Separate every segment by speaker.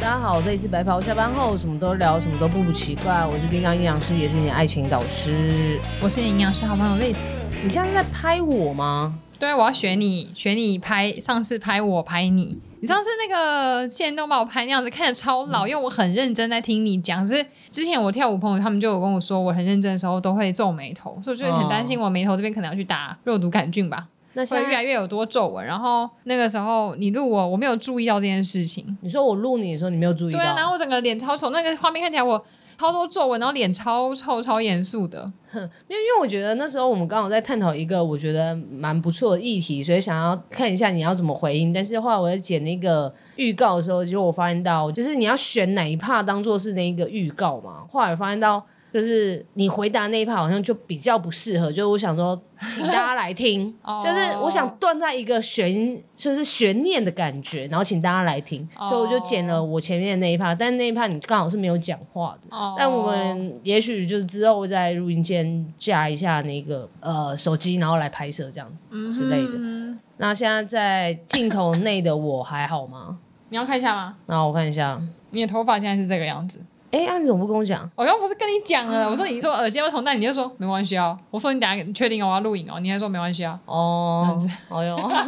Speaker 1: 大家好，这里是白袍下班后，什么都聊，什么都不奇怪。我是叮当营养师，也是你的爱情导师。
Speaker 2: 我是营养师好朋友 Liz。
Speaker 1: 你现在是在拍我吗？
Speaker 2: 对，我要学你，学你拍，上次拍我拍你。你上次那个线动把我拍那样子，看着超老，因为我很认真在听你讲。只是之前我跳舞朋友他们就有跟我说，我很认真的时候都会皱眉头，所以我就很担心我眉头这边可能要去打肉毒杆菌吧，
Speaker 1: 那
Speaker 2: 会
Speaker 1: 现
Speaker 2: 越来
Speaker 1: 在
Speaker 2: 越有多皱纹。然后那个时候你录我，我没有注意到这件事情。
Speaker 1: 你说我录你的时候，你没有注意
Speaker 2: 对
Speaker 1: 到？
Speaker 2: 啊，然后我整个脸超丑，那个画面看起来我超多皱纹，然后脸超臭、超严肃的。
Speaker 1: 因为因为我觉得那时候我们刚好在探讨一个我觉得蛮不错的议题，所以想要看一下你要怎么回应。但是后来我在剪那个预告的时候，结果我发现到，就是你要选哪一 part 当做是那一个预告嘛。后来我发现到，就是你回答那一 part 好像就比较不适合。就是我想说，请大家来听
Speaker 2: 哦，
Speaker 1: 就是我想断在一个悬，就是悬念的感觉，然后请大家来听。
Speaker 2: 哦
Speaker 1: 所以我就剪了我前面的那一 part，但那一 part 你刚好是没有讲话的。
Speaker 2: 哦
Speaker 1: 但我们也许就是之后在录音间架一下那个呃手机，然后来拍摄这样子之类的。
Speaker 2: 嗯
Speaker 1: 那现在在镜头内的我还好吗？
Speaker 2: 你要看一下吗？
Speaker 1: 那我看一下，
Speaker 2: 你的头发现在是这个样子。
Speaker 1: 哎、啊，你怎么不跟我讲？
Speaker 2: 我刚刚不是跟你讲了，我说你说耳机要不要重戴，你就说没关系哦。我说你等下你确定哦我要录影哦，你还说没关系啊。
Speaker 1: 哦，哎呦，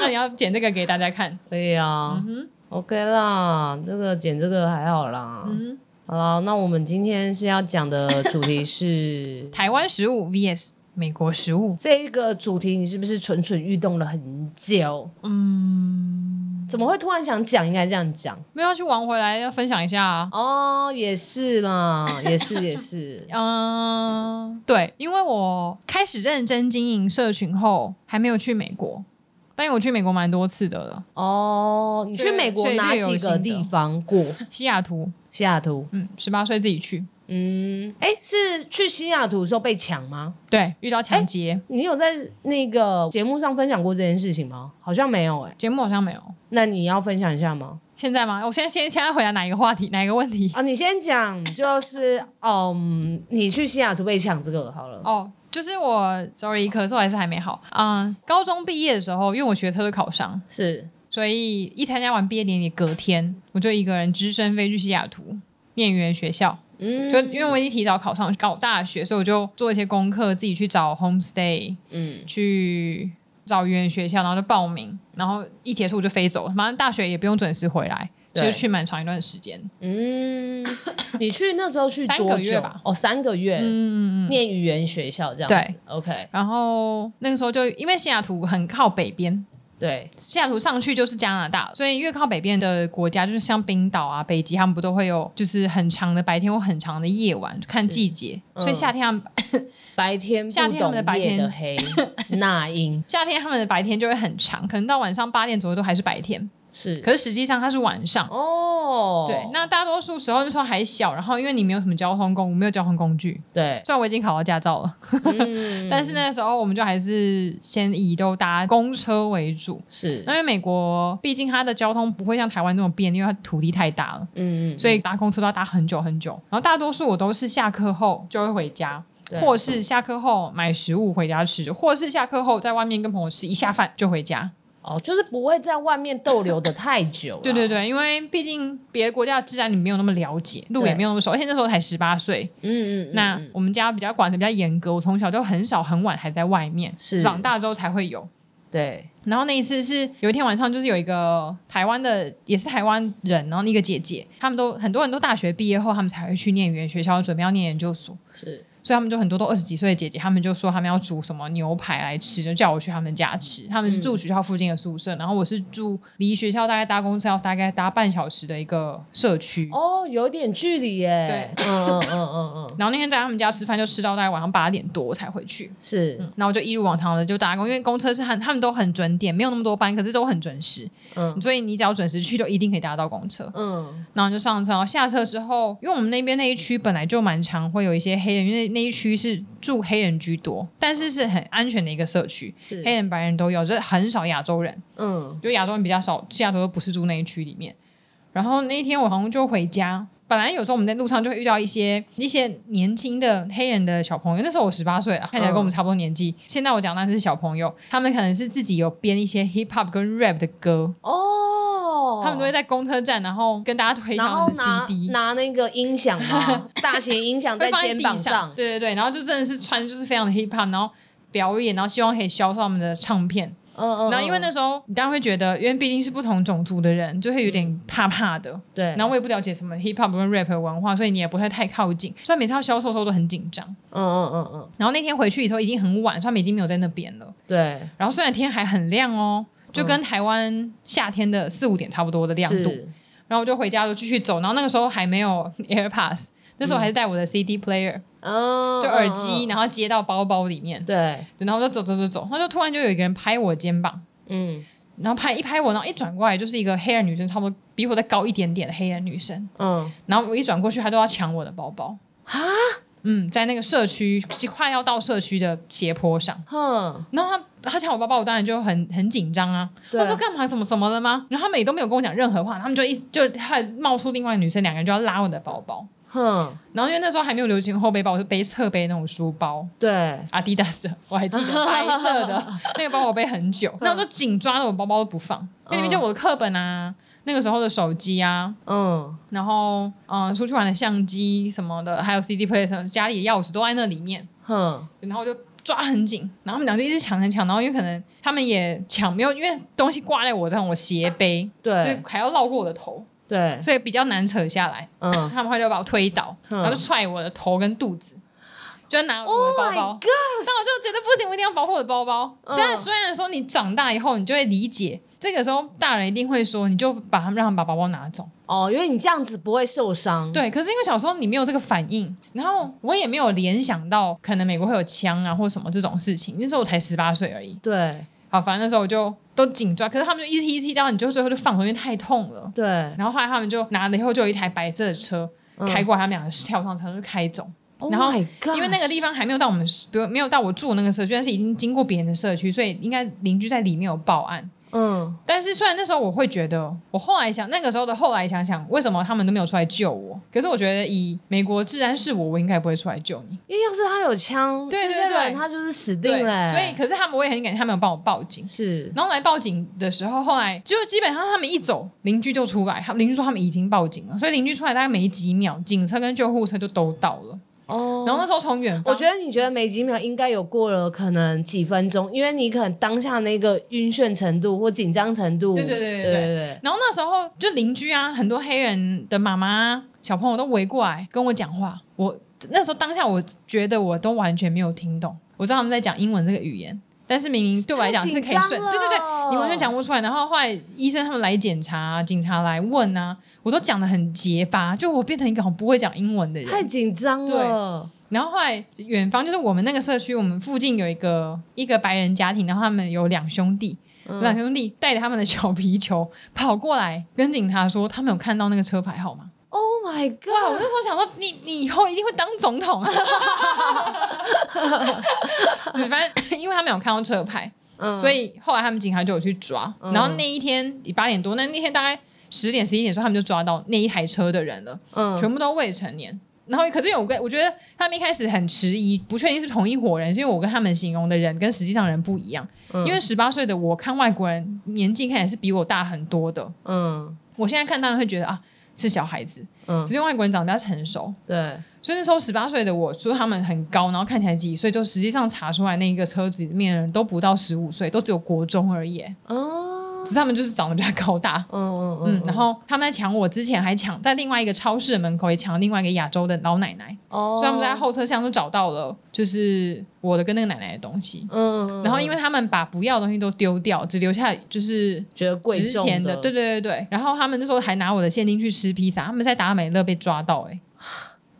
Speaker 2: 那你要剪这个给大家看。
Speaker 1: 可以啊、
Speaker 2: 嗯
Speaker 1: o k 啦，这个剪这个还好啦。
Speaker 2: 哼，嗯
Speaker 1: 好啦，那我们今天是要讲的主题是。
Speaker 2: 哼，台湾食物 VS 美国食 物
Speaker 1: 这一个主题，你是不是蠢蠢欲动了很久？
Speaker 2: 嗯，
Speaker 1: 怎么会突然想讲？应该这样讲。
Speaker 2: 没有要去玩回来要分享一下啊。，
Speaker 1: 哦，也是 啦，也是也是
Speaker 2: 嗯，对，因为我开始认真经营社群后，还没有去美国，但因为我去美国蛮多次的了，
Speaker 1: 哦，你去美国
Speaker 2: 所以
Speaker 1: 哪
Speaker 2: 略有
Speaker 1: 几
Speaker 2: 心
Speaker 1: 个
Speaker 2: 得
Speaker 1: 地方过？
Speaker 2: 西雅图，
Speaker 1: 西雅图，
Speaker 2: 嗯，十八岁自己去，
Speaker 1: 嗯，哎，是去西雅图的时候被抢吗？
Speaker 2: 对，遇到抢劫，
Speaker 1: 你有在那个节目上分享过这件事情吗？好像没有哎、
Speaker 2: 节目好像没有。
Speaker 1: 那你要分享一下吗？
Speaker 2: 现在吗？我先先现在回答哪一个话题， 哪一个问 题？
Speaker 1: 啊，你先讲，就是嗯，你去西雅图被抢这个好了。
Speaker 2: 哦，就是我，sorry，咳嗽还是还没好。嗯，高中毕业的时候，因为我学测就考上，
Speaker 1: 是，
Speaker 2: 所以一参加完毕业典礼，隔天我就一个人只身飞去西雅图念语言学校。
Speaker 1: 嗯，
Speaker 2: 就因为我已经提早考上搞大学，所以我就做一些功课，自己去找 homestay，
Speaker 1: 嗯，
Speaker 2: 去找语言学校，然后就报名，然后一结束我就飞走了，反正大学也不用准时回来，
Speaker 1: 对
Speaker 2: 所以去蛮长一段时间。
Speaker 1: 嗯， 你去那时候去
Speaker 2: 三
Speaker 1: 多久？
Speaker 2: 个月吧
Speaker 1: 哦，三个月，
Speaker 2: 嗯嗯嗯。
Speaker 1: 念语言学校这样子。OK，
Speaker 2: 然后那个时候就因为西雅图很靠北边，
Speaker 1: 对，
Speaker 2: 西雅图上去就是加拿大，所以越靠北边的国家，就是像冰岛啊、北极，他们不都会有就是很长的白天或很长的夜晚，看
Speaker 1: 是
Speaker 2: 季节。
Speaker 1: 嗯
Speaker 2: 所以夏天他们
Speaker 1: 白天不
Speaker 2: 夏天他
Speaker 1: 懂
Speaker 2: 们的白
Speaker 1: 夜
Speaker 2: 天
Speaker 1: 的黑， 那英
Speaker 2: 夏天他们的白天就会很长，可能到晚上八点左右都还是白天，
Speaker 1: 是
Speaker 2: 可是实际上它是晚上。
Speaker 1: 哦，
Speaker 2: 对，那大多数时候那时候还小，然后因为你没有什么交通工具，没有交通工具，
Speaker 1: 对，
Speaker 2: 虽然我已经考到驾照了，
Speaker 1: 嗯
Speaker 2: 但是那个时候我们就还是先以都搭公车为主。
Speaker 1: 嗯是
Speaker 2: 那因为美国毕竟它的交通不会像台湾这么便利，因为它土地太大了。
Speaker 1: 嗯，嗯
Speaker 2: 所以搭公车都要搭很久很久。然后大多数我都是下课后就会回家，
Speaker 1: 对
Speaker 2: 或是下课后买食物回家吃，或是下课后在外面跟朋友吃一下饭就回家。
Speaker 1: 哦，就是不会在外面逗留的太久啦。
Speaker 2: 对对对，因为毕竟别的国家的治安你没有那么了解，路也
Speaker 1: 对
Speaker 2: 没有那么熟，而且那时候才十八岁。
Speaker 1: 嗯，嗯嗯，
Speaker 2: 那
Speaker 1: 嗯
Speaker 2: 我们家比较管的比较严格，我从小就很少很晚还在外面，
Speaker 1: 是
Speaker 2: 长大之后才会有。
Speaker 1: 对，
Speaker 2: 然后那一次是有一天晚上，就是有一个台湾的，也是台湾人，然后一个姐姐，他们都很多人都大学毕业后，他们才会去念语言学校，准备要念研究所，
Speaker 1: 是
Speaker 2: 所以他们就很多都二十几岁的姐姐，他们就说他们要煮什么牛排来吃，就叫我去他们家吃。他们是住学校附近的宿舍，然后我是住离学校大概搭公车要大概搭半小时的一个社区。
Speaker 1: 哦，有点距离耶。对，嗯嗯嗯嗯嗯，
Speaker 2: 然后那天在他们家吃饭，就吃到大概晚上八点多我才回去。
Speaker 1: 是，
Speaker 2: 嗯，然后我就一如往常的就搭公，因为公车是很他们都很准点，没有那么多班，可是都很准时。
Speaker 1: 嗯
Speaker 2: 所以你只要准时去，就一定可以搭到公车。
Speaker 1: 嗯，
Speaker 2: 然后就上车，然后下车之后，因为我们那边那一区本来就蛮常会有一些黑人，因为那那一区是住黑人居多，但是是很安全的一个社区，
Speaker 1: 是，
Speaker 2: 黑人、白人都有，就是很少亚洲人，
Speaker 1: 嗯
Speaker 2: 就亚洲人比较少，西雅图都不是住那一区里面。然后那一天我好像就回家，本来有时候我们在路上就会遇到一些一些年轻的黑人的小朋友，那时候我十八岁啊，看起来跟我们差不多年纪。现在我讲那是小朋友，他们可能是自己有编一些 hip hop 跟 rap 的歌，
Speaker 1: 哦，哦，
Speaker 2: 他们都会在公车站，然后跟大家推销
Speaker 1: 然后
Speaker 2: 他们
Speaker 1: 拿
Speaker 2: 的 CD，
Speaker 1: 拿那个音响 嘛，大型音响在
Speaker 2: 会放
Speaker 1: 肩
Speaker 2: 地
Speaker 1: 膀
Speaker 2: 上，对对对，然后就真的是穿就是非常的 hip hop，然后表演，然后希望可以销售他们的唱片。
Speaker 1: 嗯嗯，
Speaker 2: 然后因为那
Speaker 1: 嗯
Speaker 2: 时候你当然会觉得，因为毕竟是不同种族的人，就会有点怕怕的。
Speaker 1: 对，
Speaker 2: 然后我也不了解什么 hip hop 跟 rap 的文化，所以你也不会太靠近。所以每次要销售的时候都很紧张。
Speaker 1: 嗯嗯嗯嗯，
Speaker 2: 然后那天回去以后已经很晚，所以他们已经没有在那边了。
Speaker 1: 对，
Speaker 2: 然后虽然天还很亮哦，就跟台湾夏天的四五点差不多的亮度。
Speaker 1: 是
Speaker 2: 然后我就回家就继续走，然后那个时候还没有 AirPods，那时候还是带我的 CD player，、
Speaker 1: 嗯，
Speaker 2: 就耳机，
Speaker 1: 嗯，
Speaker 2: 然后接到包包里面
Speaker 1: 嗯，对，
Speaker 2: 对然后我就走走走走，他就突然就有一个人拍我肩膀，
Speaker 1: 嗯
Speaker 2: 然后拍一拍我，然后一转过来就是一个黑人女生，差不多比我再高一点点的黑人女生，
Speaker 1: 嗯，
Speaker 2: 然后我一转过去，她都要抢我的包包，
Speaker 1: 啊，
Speaker 2: 嗯，在那个社区快要到社区的斜坡上。
Speaker 1: 哼，
Speaker 2: 然后他他抢我包包，我当然就很很紧张啊。
Speaker 1: 对
Speaker 2: 我说干嘛？怎么怎么了吗？然后他们也都没有跟我讲任何话，他们就一直就他冒出另外一个女生，两个人就要拉我的包包。
Speaker 1: 哼，
Speaker 2: 然后因为那时候还没有流行后背包，我是背侧背那种书包
Speaker 1: 对，
Speaker 2: 阿迪达斯的，我还记得白色的那个包我背很久，那我就紧抓着我包包都不放，那里面就我的课本啊，那个时候的手机啊，
Speaker 1: 嗯
Speaker 2: 然后嗯出去玩的相机什么的，还有 CD player 什么家里的钥匙都在那里面。
Speaker 1: 哼，
Speaker 2: 然后我就抓很紧，然后他们俩就一直抢很抢，然后有可能他们也抢没有，因为东西挂在我上，我斜背，
Speaker 1: 对
Speaker 2: 就还要绕过我的头，
Speaker 1: 对，
Speaker 2: 所以比较难扯下来。
Speaker 1: 嗯。
Speaker 2: 他们会就把我推倒，
Speaker 1: 嗯
Speaker 2: 然后就踹我的头跟肚子，就拿 我的
Speaker 1: Oh
Speaker 2: 包包
Speaker 1: my。
Speaker 2: 但我就觉得不行，我一定要保护我的包包。
Speaker 1: 嗯
Speaker 2: 但虽然说你长大以后，你就会理解，这个时候大人一定会说，你就把他们让他们把包包拿走。
Speaker 1: 哦，因为你这样子不会受伤。，
Speaker 2: 对，可是因为小时候你没有这个反应，然后我也没有联想到可能美国会有枪啊或什么这种事情，那时候我才十八岁而已。
Speaker 1: 对
Speaker 2: 好，反正那时候我就都紧抓，可是他们就一踢一踢到，你就最后就放回，因为太痛了。
Speaker 1: 对，
Speaker 2: 然后后来他们就拿了以后，就有一台白色的车开过来，他们两个跳上车就开走。
Speaker 1: 嗯，
Speaker 2: 然后
Speaker 1: Oh my God
Speaker 2: 因为那个地方还没有到我们，比如没有到我住的那个社区，但是已经经过别人的社区，所以应该邻居在里面有报案。
Speaker 1: 嗯
Speaker 2: 但是虽然那时候我会觉得，我后来想那个时候的后来想想，为什么他们都没有出来救我？可是我觉得以美国治安是我，我应该不会出来救你。
Speaker 1: 因为要是他有枪，
Speaker 2: 对对
Speaker 1: 这些人
Speaker 2: 对
Speaker 1: 他就是死定了欸。
Speaker 2: 所以可是他们我也很感谢他们有帮我报警。
Speaker 1: 是
Speaker 2: 然后来报警的时候，后来就基本上他们一走，邻居就出来，他们邻居说他们已经报警了，所以邻居出来大概没几秒，警车跟救护车就都到了。
Speaker 1: 哦，
Speaker 2: 然后那时候从远方，
Speaker 1: 我觉得你觉得每几秒应该有过了可能几分钟，因为你可能当下那个晕眩程度或紧张程度，
Speaker 2: 对对对对
Speaker 1: 对
Speaker 2: 对
Speaker 1: 对
Speaker 2: 然后那时候就邻居啊，很多黑人的妈妈、小朋友都围过来跟我讲话。我那时候当下我觉得我都完全没有听懂，我知道他们在讲英文这个语言，但是明明对我来讲是可以
Speaker 1: 太
Speaker 2: 顺，
Speaker 1: 紧张了
Speaker 2: 对对对，你完全讲不出来。然后后来医生他们来检查，警察来问啊，我都讲的很结巴，就我变成一个很不会讲英文的
Speaker 1: 对太
Speaker 2: 人。
Speaker 1: 紧张了，
Speaker 2: 然后后来远方就是我们那个社区，我们附近有一个一个白人家庭，然后他们有两兄弟，
Speaker 1: 嗯
Speaker 2: 两兄弟带着他们的小皮球跑过来，跟警察说他们有看到那个车牌号码。
Speaker 1: Oh my
Speaker 2: 哇！我
Speaker 1: God，
Speaker 2: 那时候想说，你你以后一定会当总统、啊。 对，反正因为他们有看到车牌，
Speaker 1: 嗯
Speaker 2: 所以后来他们警察就有去抓。
Speaker 1: 嗯
Speaker 2: 然后那一天八点多，那那天大概十点十一点的时候，他们就抓到那一台车的人了，
Speaker 1: 嗯
Speaker 2: 全部都未成年。然后，可是因为我跟我觉得他们一开始很迟疑，不确定是同一伙人，是因为我跟他们形容的人跟实际上人不一样。
Speaker 1: 嗯
Speaker 2: 因为十八岁的我看外国人年纪看起来是比我大很多的，
Speaker 1: 嗯
Speaker 2: 我现在看当然会觉得啊是小孩子，
Speaker 1: 嗯
Speaker 2: 只是外国人长得比较成熟，
Speaker 1: 对
Speaker 2: 所以那时候十八岁的我说他们很高，然后看起来几岁，就实际上查出来那个车子里面的人都不到十五岁，都只有国中而已，
Speaker 1: 哦
Speaker 2: 只是他们就是长得比较高大。
Speaker 1: 嗯嗯
Speaker 2: 嗯，然后他们在抢我之前还抢在另外一个超市的门口也抢另外一个亚洲的老奶奶，
Speaker 1: 哦
Speaker 2: 所以他们在后车厢都找到了，就是我的跟那个奶奶的东西。
Speaker 1: 嗯，嗯
Speaker 2: 然后因
Speaker 1: 为
Speaker 2: 为他们把不要的东西都丢掉，只留下就是
Speaker 1: 觉得贵
Speaker 2: 值
Speaker 1: 重
Speaker 2: 钱
Speaker 1: 的，
Speaker 2: 对对对对。然后他们那时候还拿我的现金去吃披萨，他们在达美乐被抓到哎、欸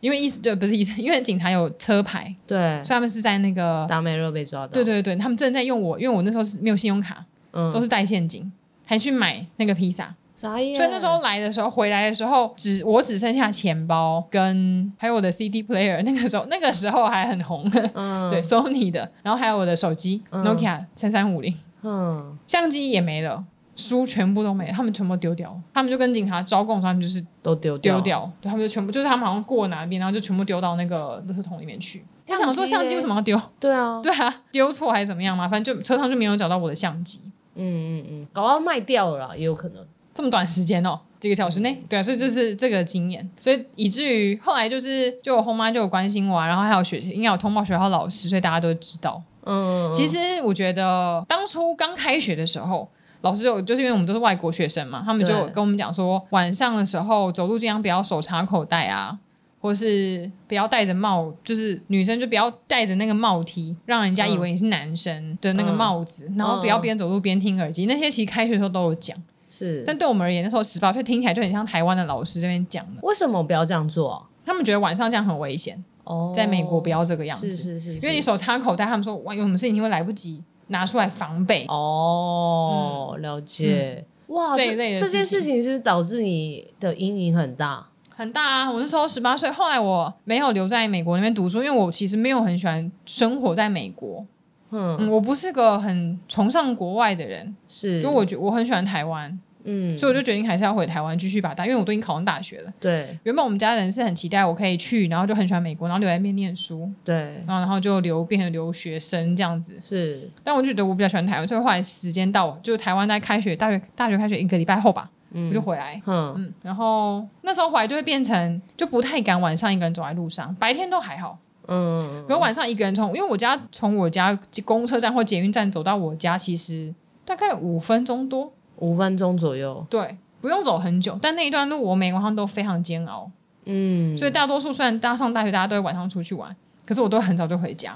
Speaker 2: 因为医对不是医生，因为警察有车牌，
Speaker 1: 对
Speaker 2: 所以，他们是在那个
Speaker 1: 达美乐被抓到，
Speaker 2: 对对对，他们正在用我，因为我那时候是没有信用卡，
Speaker 1: 嗯，
Speaker 2: 都是带现金，还去买那个披萨。
Speaker 1: 啥呀？
Speaker 2: 所以那时候来的时候，回来的时候只我只剩下钱包跟还有我的 CD player，那个 时候那个时候还很红，
Speaker 1: 嗯
Speaker 2: 对 Sony 的，然后还有我的手机
Speaker 1: 嗯
Speaker 2: Nokia 三三五零。
Speaker 1: 嗯
Speaker 2: 相机也没了，书全部都没了，他们全部丢掉了。他们就跟警察招供的时候，他们就是
Speaker 1: 都丢
Speaker 2: 丢掉，对他们就全部就是他们好像过哪边，然后就全部丢到那个垃圾桶里面去。我
Speaker 1: 相机
Speaker 2: 想说相机
Speaker 1: 嘞
Speaker 2: 为什么要丢？
Speaker 1: 对啊，
Speaker 2: 对啊，丢错还是怎么样嘛？反正就车上就没有找到我的相机。
Speaker 1: 嗯嗯嗯，搞到卖掉了啦也有可能。
Speaker 2: 这么短时间哦、几个小时内，
Speaker 1: 嗯
Speaker 2: 对啊，所以这是这个经验，所以以至于后来就是，就我后妈就有关心我啊，然后还有学，应该有通报学校老师，所以大家都知道。
Speaker 1: 嗯，
Speaker 2: 其实我觉得当初刚开学的时候，老师有就是因为我们都是外国学生嘛，他们就有
Speaker 1: 对
Speaker 2: 跟我们讲说，晚上的时候走路尽量不要手插口袋啊，或是不要戴着帽，就是女生就不要戴着那个帽 T，让人家
Speaker 1: 嗯
Speaker 2: 以为你是男生的那个帽子，然后不要边走路边听耳机。那些其实开学的时候都有讲，
Speaker 1: 是，
Speaker 2: 但对我们而言，那时候十八岁听起来就很像台湾的老师这边讲的，
Speaker 1: 为什么不要这样做？
Speaker 2: 他们觉得晚上这样很危险，
Speaker 1: 哦，
Speaker 2: 啊在美国不要这个样子。
Speaker 1: 是是是，
Speaker 2: 因为你
Speaker 1: 是
Speaker 2: 手插口袋，他们说哇，有什么事情你会来不及拿出来防备，
Speaker 1: 哦，了解。嗯哇，
Speaker 2: 这一类的
Speaker 1: 这件
Speaker 2: 事
Speaker 1: 事
Speaker 2: 情
Speaker 1: 情是不是导致你的阴影很大，
Speaker 2: 很大啊！我那时候十八岁，后来我没有留在美国那边读书，因为我其实没有很喜欢生活在美国。嗯，
Speaker 1: 嗯，
Speaker 2: 我不是个很崇尚国外的人，
Speaker 1: 是，
Speaker 2: 因为我觉我很喜欢台湾，
Speaker 1: 嗯，
Speaker 2: 所以我就决定还是要回台湾继续把大，因为我都已经考上大学了。
Speaker 1: 对
Speaker 2: 原本我们家人是很期待我可以去，然后就很喜欢美国，然后留在那边念书，
Speaker 1: 对
Speaker 2: 然后然后就留变成留学生这样子。
Speaker 1: 是，
Speaker 2: 但我就觉得我比较喜欢台湾，所以后来时间到，就台湾在开学，大学大学开学一个礼拜后吧，
Speaker 1: 嗯，
Speaker 2: 我就回来。
Speaker 1: 哼，
Speaker 2: 嗯，然后那时候回来就会变成就不太敢晚上一个人走在路上，白天都还好，
Speaker 1: 嗯，
Speaker 2: 可晚上一个人从，因为我家从我家公车站或捷运站走到我家，其实大概五分钟多，
Speaker 1: 五分钟左右，
Speaker 2: 对，不用走很久。但那一段路我每晚上都非常煎熬，
Speaker 1: 嗯，
Speaker 2: 所以大多数虽然大上大学大家都会晚上出去玩，可是我都很早就回家，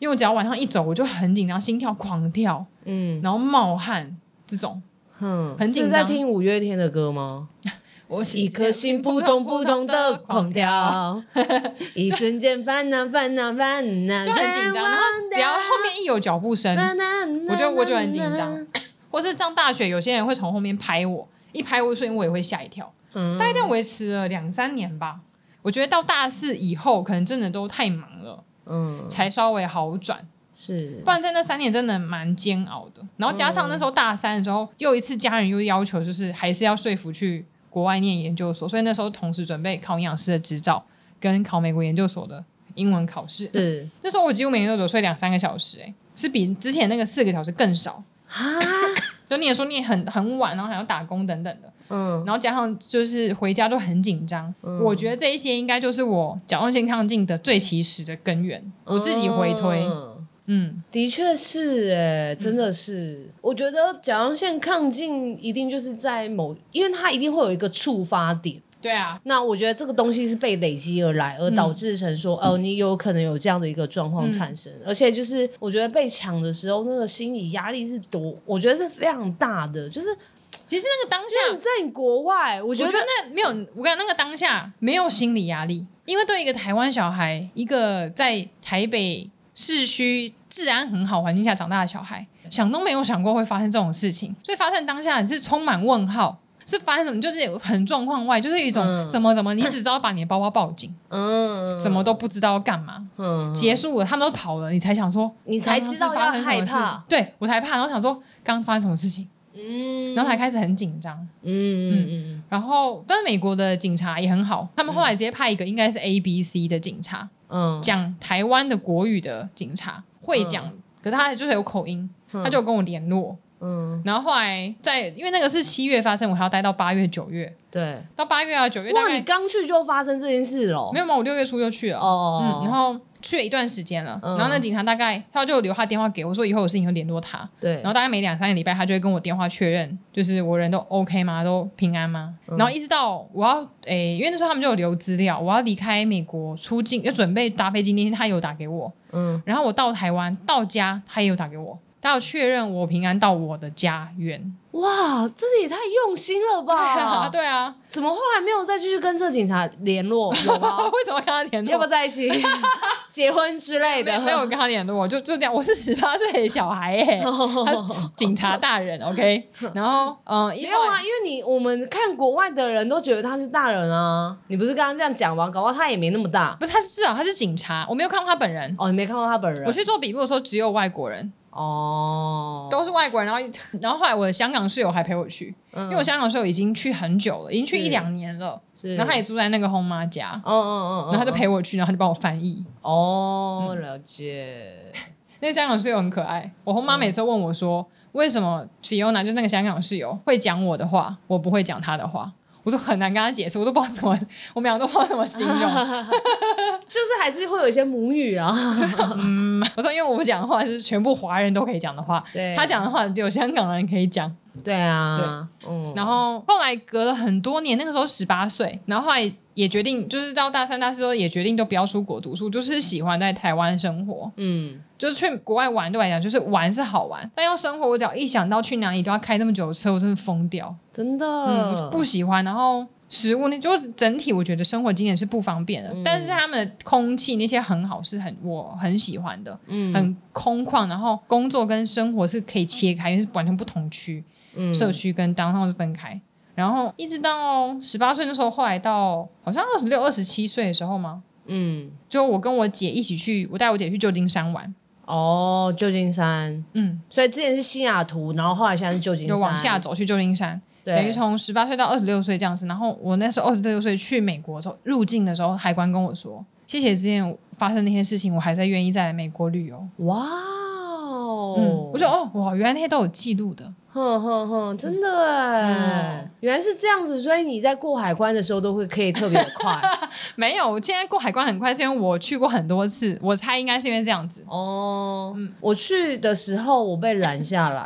Speaker 2: 因为我只要晚上一走我就很紧张，心跳狂跳，
Speaker 1: 嗯，
Speaker 2: 然后冒汗这种。
Speaker 1: 哼，
Speaker 2: 很紧
Speaker 1: 是在
Speaker 2: 张
Speaker 1: 听五月天的歌吗？
Speaker 2: 我
Speaker 1: 一颗心扑通扑通的狂 跳，一瞬间啊烦恼烦恼烦恼，
Speaker 2: 就很紧张。然后只要后面一有脚步声，
Speaker 1: 嗯
Speaker 2: 我就我就很紧张。 或是上大学，有些人会从后面拍我，一拍我，所以我也会吓一跳。
Speaker 1: 嗯
Speaker 2: 大概这样维持了两三年吧。我觉得到大四以后，可能真的都太忙了，
Speaker 1: 嗯，
Speaker 2: 才稍微好转。
Speaker 1: 是
Speaker 2: 不然在那三年真的蛮煎熬的。然后加上那时候
Speaker 1: 嗯
Speaker 2: 大三的时候，又一次家人又要求，就是还是要说服去国外念研究所，所以那时候同时准备考营养师的执照跟考美国研究所的英文考试。
Speaker 1: 是
Speaker 2: 那时候我几乎每天都只有睡两三个小时、欸，是比之前那个四个小时更少。
Speaker 1: 啊，
Speaker 2: 就你也说你也很很晚，然后还要打工等等的，
Speaker 1: 嗯
Speaker 2: 然后加上就是回家都很紧张。
Speaker 1: 嗯
Speaker 2: 我觉得这一些应该就是我甲状腺亢进的最起始的根源。我自己回推，
Speaker 1: 嗯
Speaker 2: 嗯，
Speaker 1: 的确是哎、真的是，我觉得甲状腺亢进一定就是在某，因为它一定会有一个触发点。
Speaker 2: 对啊，
Speaker 1: 那我觉得这个东西是被累积而来，而导致成说，
Speaker 2: 嗯
Speaker 1: 哦、你有可能有这样的一个状况产生，而且就是我觉得被抢的时候，那个心理压力是多，我觉得是非常大的。就是
Speaker 2: 其实那个当下，
Speaker 1: 像在国外，我
Speaker 2: 我
Speaker 1: 觉
Speaker 2: 觉
Speaker 1: 得
Speaker 2: 得那没有，我感觉那个当下没有心理压力，因为对一个台湾小孩，一个在台北市区治安很好环境下长大的小孩，想都没有想过会发生这种事情，所以发生当下你是充满问号。是发生什么？就是很状况外，就是一种
Speaker 1: 嗯
Speaker 2: 怎么怎么，你只知道把你的包包报警，
Speaker 1: 嗯，
Speaker 2: 什么都不知道要干嘛。
Speaker 1: 嗯，
Speaker 2: 结束了，他们都跑了，你才想说，
Speaker 1: 你才知道要
Speaker 2: 刚刚是发
Speaker 1: 害
Speaker 2: 生什么事情
Speaker 1: 怕，
Speaker 2: 对我才怕，然后想说刚刚发生什么事情，
Speaker 1: 嗯，
Speaker 2: 然后才开始很紧张。
Speaker 1: 嗯嗯嗯
Speaker 2: 然后，但是美国的警察也很好，他们后来直接派一个应该是 A B C 的警察，
Speaker 1: 嗯，
Speaker 2: 讲台湾的国语的警察，会讲，可是他就是有口音，
Speaker 1: 嗯
Speaker 2: 他就有跟我联络。
Speaker 1: 嗯
Speaker 2: 然后后来在，因为那个是七月发生，我还要待到八月、九月，
Speaker 1: 对，
Speaker 2: 到八月啊九月大
Speaker 1: 哇，你
Speaker 2: 概
Speaker 1: 刚去就发生这件事了，
Speaker 2: 没有嘛，我六月初就去了。
Speaker 1: 哦，
Speaker 2: 嗯，然后去了一段时间了，
Speaker 1: 嗯
Speaker 2: 然后那警察大概他就留他电话给我，说以后有事情就联络他。
Speaker 1: 对，
Speaker 2: 然后大概每两三个礼拜，他就会跟我电话确认，就是我人都 OK 吗？都平安吗？
Speaker 1: 嗯
Speaker 2: 然后一直到我要诶，因为那时候他们就有留资料，我要离开美国出境，要准备搭飞机那天，他有打给我，
Speaker 1: 嗯
Speaker 2: 然后我到台湾到家，他也有打给我，他有确认我平安到我的家园。
Speaker 1: 哇，这也太用心了
Speaker 2: 对啊，
Speaker 1: 吧？
Speaker 2: 对啊，
Speaker 1: 怎么后来没有再继续跟这警察联络？有吗？
Speaker 2: 为什么要跟他联络？
Speaker 1: 要不要在一 起结婚之类
Speaker 2: 没
Speaker 1: 的？
Speaker 2: 有没有跟他联络，就就这样。我是十八岁的小孩 耶、他
Speaker 1: 啊
Speaker 2: 是警察大人，OK。然后，嗯、
Speaker 1: 没
Speaker 2: 因为
Speaker 1: 有啊，因为你我们看国外的人都觉得他是大人啊，你不是刚刚这样讲吗？搞不好他也没那么大
Speaker 2: 不是他是至少他是警察，我没有看过他本人。
Speaker 1: 哦，你没看到他本人？
Speaker 2: 我去做笔录的时候，只有外国人，
Speaker 1: 哦，
Speaker 2: 都是外国人。然后， 然后后来我的香港室友还陪我去，
Speaker 1: 因
Speaker 2: 因为我香港室友已经去很久了，已经去
Speaker 1: 嗯是
Speaker 2: 一两年了。
Speaker 1: 是，
Speaker 2: 然后他也住在那个后妈家，
Speaker 1: 嗯嗯嗯，
Speaker 2: 然后他就
Speaker 1: 嗯
Speaker 2: 陪嗯我去，然后他就帮我翻译。
Speaker 1: 哦，了解， 嗯
Speaker 2: 那香港室友很可爱，我后妈每次都问我说：“为什么 Fiona 就是那个香港室友会讲我的话，我不会讲她的话？我都很难跟她解释，我都不知道怎么，我们俩都不知道怎么形 容。
Speaker 1: 就是还是会有一些母语啊。
Speaker 2: 嗯，我说因为我们讲的话是全部华人都可以讲的话，
Speaker 1: 对
Speaker 2: 她讲的话只有香港人可以讲。
Speaker 1: 对啊，嗯，
Speaker 2: 然后后来隔了很多年，那个时候十八岁，然后后来也决定，就是到大三、大四之后也决定都不要出国读书，就是喜欢在台湾生活。
Speaker 1: 嗯，
Speaker 2: 就是去国外玩对我来讲，就是玩是好玩，但要生活，我只要一想到去哪里都要开那么久的车，我真的疯掉。
Speaker 1: 真
Speaker 2: 嗯，我就
Speaker 1: 的
Speaker 2: 不喜欢。然后食物那就整体，我觉得生活经验是不方便的，
Speaker 1: 嗯
Speaker 2: 但是他们的空气那些很好，是很我很喜欢的，
Speaker 1: 嗯
Speaker 2: 很空旷。然后工作跟生活是可以切开，因为是完全不同区，
Speaker 1: 嗯
Speaker 2: 社区跟当上是分开。然后一直到十八岁那时候，后来到好像二十六、二十七岁的时候嘛，
Speaker 1: 嗯
Speaker 2: 就我跟我姐一起去，我带我姐去旧金山玩，
Speaker 1: 哦，旧金山，
Speaker 2: 嗯，
Speaker 1: 所以之前是西雅图，然后后来现在是旧金
Speaker 2: 就
Speaker 1: 山，
Speaker 2: 往下，走去旧金山，等于
Speaker 1: 对，
Speaker 2: 从十八岁到二十六岁这样子。然后我那时候二十六岁去美国的时候，入境的时候，海关跟我说：“谢谢之前发生那些事情，我还在愿意再来美国旅游。
Speaker 1: 哇哦，
Speaker 2: 嗯，我就哦，哇，原来那些都有记录的。
Speaker 1: 哼哼哼，真的哎、
Speaker 2: 嗯
Speaker 1: 原来是这样子，所以你在过海关的时候都会可以特别的快
Speaker 2: 没有，我现在过海关很快，是因为我去过很多次，我猜应该是因为这样子。
Speaker 1: 哦。
Speaker 2: 嗯
Speaker 1: 我去的时候我被拦下 来，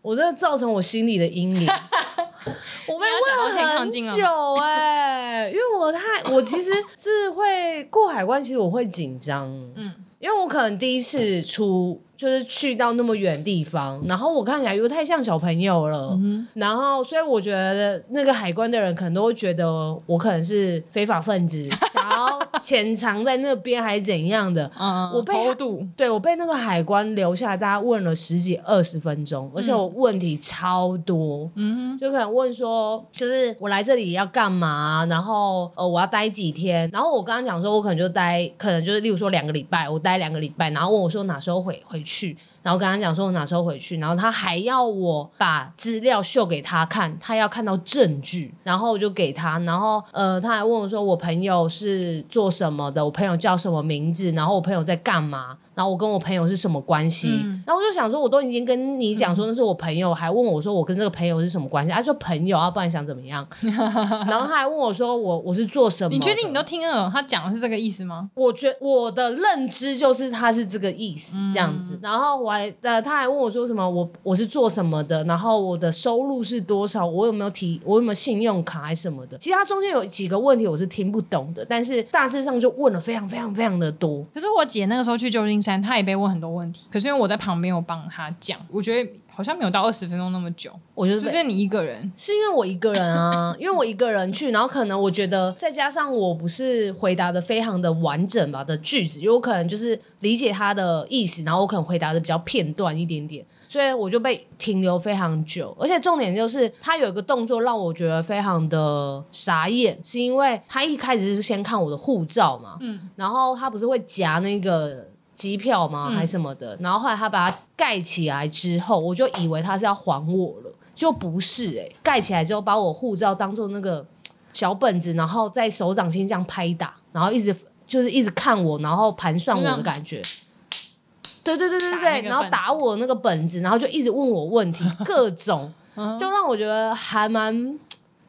Speaker 1: 我真的造成我心里的阴影。我
Speaker 2: 你要
Speaker 1: 被
Speaker 2: 讲到
Speaker 1: 问
Speaker 2: 先
Speaker 1: 很
Speaker 2: 抗进哦
Speaker 1: 久哎、因为我太我其实是会过海关，其实我会紧张，
Speaker 2: 嗯
Speaker 1: 因为我可能第一次出就是去到那么远地方，然后我看起来又太像小朋友了，
Speaker 2: 嗯
Speaker 1: 然后，所以我觉得那个海关的人可能都会觉得我可能是非法分 子，想要潜藏在那边还是怎样的。
Speaker 2: 嗯
Speaker 1: 我被
Speaker 2: 偷渡，
Speaker 1: 对我被那个海关留下，大家问了十几二十分钟，而且我问题超多。
Speaker 2: 嗯
Speaker 1: 就可能问说，就是我来这里要干嘛？然后呃，我要待几天？然后我刚刚讲说，我可能就待，可能就是例如说两个礼拜，我待两个礼拜，然后问我说哪时候回回去？然后跟他讲说我哪时候回去，然后他还要我把资料秀给他看，他要看到证据，然后我就给他，然后呃，他还问我说我朋友是做什么的，我朋友叫什么名字，然后我朋友在干嘛，然后我跟我朋友是什么关系，
Speaker 2: 嗯
Speaker 1: 然后我就想说我都已经跟你讲说那是我朋友，还问我说我跟这个朋友是什么关系，他、说朋友，啊，不然想怎么 样，然后他还问我说我我是做什么，
Speaker 2: 你确定你都？听得懂他讲的是这个意思吗？
Speaker 1: 我觉我的认知就是他是这个意思
Speaker 2: 嗯
Speaker 1: 这样子，然后我还呃他还问我说什么我我是做什么的，然后我的收入是多少，我有没有提我有没有信用卡还是什么的。其实他中间有几个问题我是听不懂的，但是大致上就问了非常非常非常的多。
Speaker 2: 可是我姐那个时候去旧金山，她也被问很多问题。可是因为我在旁边，我帮她讲，我觉得好像没有到二十分钟那么久，
Speaker 1: 我就
Speaker 2: 就是是你一个人。
Speaker 1: 是因为我一个人啊，因为我一个人去，然后可能我觉得再加上我不是回答的非常的完整吧的句子，因为我可能就是理解他的意思，然后我可能回答的比较片段一点点，所以我就被停留非常久。而且重点就是他有一个动作让我觉得非常的傻眼，是因为他一开始是先看我的护照嘛，
Speaker 2: 嗯，
Speaker 1: 然后他不是会夹那个机票吗？
Speaker 2: 嗯
Speaker 1: 还是什么的？然后后来他把它盖起来之后，我就以为他是要还我了，就不是哎、盖起来之后把我护照当做那个嘖小本子，然后在手掌心这样拍打，然后一直就是一直看我，然后盘算我的感觉。对对对对
Speaker 2: 打那
Speaker 1: 对，
Speaker 2: 个
Speaker 1: 然后
Speaker 2: 本子
Speaker 1: 打我那个本子，然后就一直问我问题，各种。就让我觉得还蛮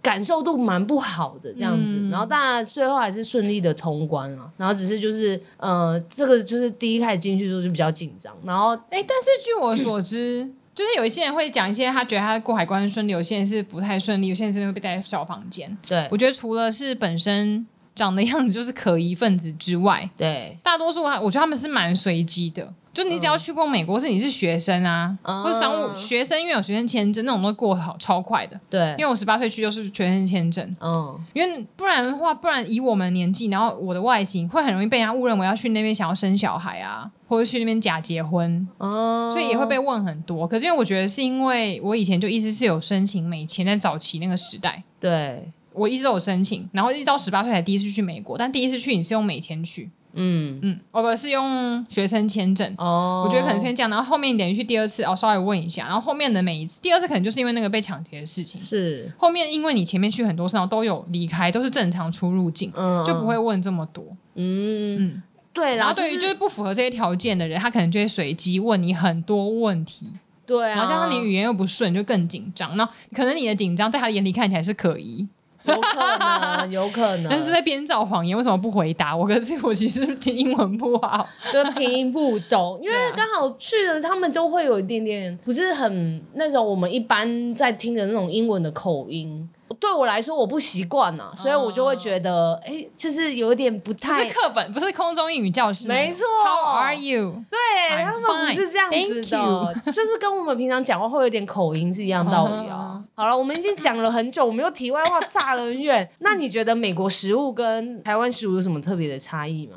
Speaker 1: 感受度蛮不好的这样子。
Speaker 2: 嗯
Speaker 1: 然后当然最后还是顺利的通关了、然后只是就是呃，这个就是第一开始进去的时候就比较紧张，然后
Speaker 2: 哎、但是据我所知， 就是有一些人会讲一些他觉得他过海关顺利，有些人是不太顺利，有些人是会被带到小房间。
Speaker 1: 对
Speaker 2: 我觉得除了是本身长的样子就是可疑分子之外，
Speaker 1: 对
Speaker 2: 大多数还我觉得他们是蛮随机的。就你只要去过美国，或是你是学生啊，
Speaker 1: 嗯
Speaker 2: 或者商务学生，因为有学生签证那种都过好超快的。因
Speaker 1: 对，
Speaker 2: 为我十八岁去就是学生签证，
Speaker 1: 嗯
Speaker 2: 因为不然的话，不然以我们年纪，然后我的外形，会很容易被人家误认为要去那边想要生小孩啊，或者去那边假结婚，
Speaker 1: 嗯，
Speaker 2: 所以也会被问很多。可是因为我觉得是因为我以前就一直是有申请美签，在早期那个时代，
Speaker 1: 对，
Speaker 2: 我一直都有申请，然后一直到十八岁才第一次去美国，但第一次去你是用美签去，
Speaker 1: 嗯
Speaker 2: 嗯，哦不是用学生签证。
Speaker 1: 哦，
Speaker 2: 我觉得可能是因为这样，然后后面等于去第二次哦，稍微问一下，然后后面的每一次，第二次可能就是因为那个被抢劫的事情，
Speaker 1: 是
Speaker 2: 后面因为你前面去很多次，然后都有离开，都是正常出入境，
Speaker 1: 嗯
Speaker 2: 就不会问这么多。
Speaker 1: 嗯
Speaker 2: 嗯，
Speaker 1: 对，然
Speaker 2: 然后
Speaker 1: 后就
Speaker 2: 对于就是
Speaker 1: 是
Speaker 2: 不符合这些条件的人，他可能就会随机问你很多问题。
Speaker 1: 对
Speaker 2: 然
Speaker 1: 啊，
Speaker 2: 后加上你语言又不顺，就更紧张。那可能你的紧张在他的眼里看起来是可疑，
Speaker 1: 有可能，有可能，
Speaker 2: 但是在编造谎言。为什么不回答我？可是 我其实听英文不好，
Speaker 1: 就听不懂，因
Speaker 2: 对
Speaker 1: 为
Speaker 2: 啊
Speaker 1: 刚好去了，他们都会有一点点不是很那种我们一般在听的那种英文的口音。对我来说，我不习惯呐，所以我就会觉得，哎、就是有一点不
Speaker 2: 不
Speaker 1: 太
Speaker 2: 哦是课本，不是空中英语教室。
Speaker 1: 没错
Speaker 2: How are you？
Speaker 1: 对，
Speaker 2: I'm
Speaker 1: 他们不是这样子
Speaker 2: fine,
Speaker 1: 的，就是跟我们平常讲话会有点口音是一样道理
Speaker 2: 哦
Speaker 1: 啊。 好了，我们已经讲了很久，我们又题外话炸了很远。那你觉得美国食物跟台湾食物有什么特别的差异吗？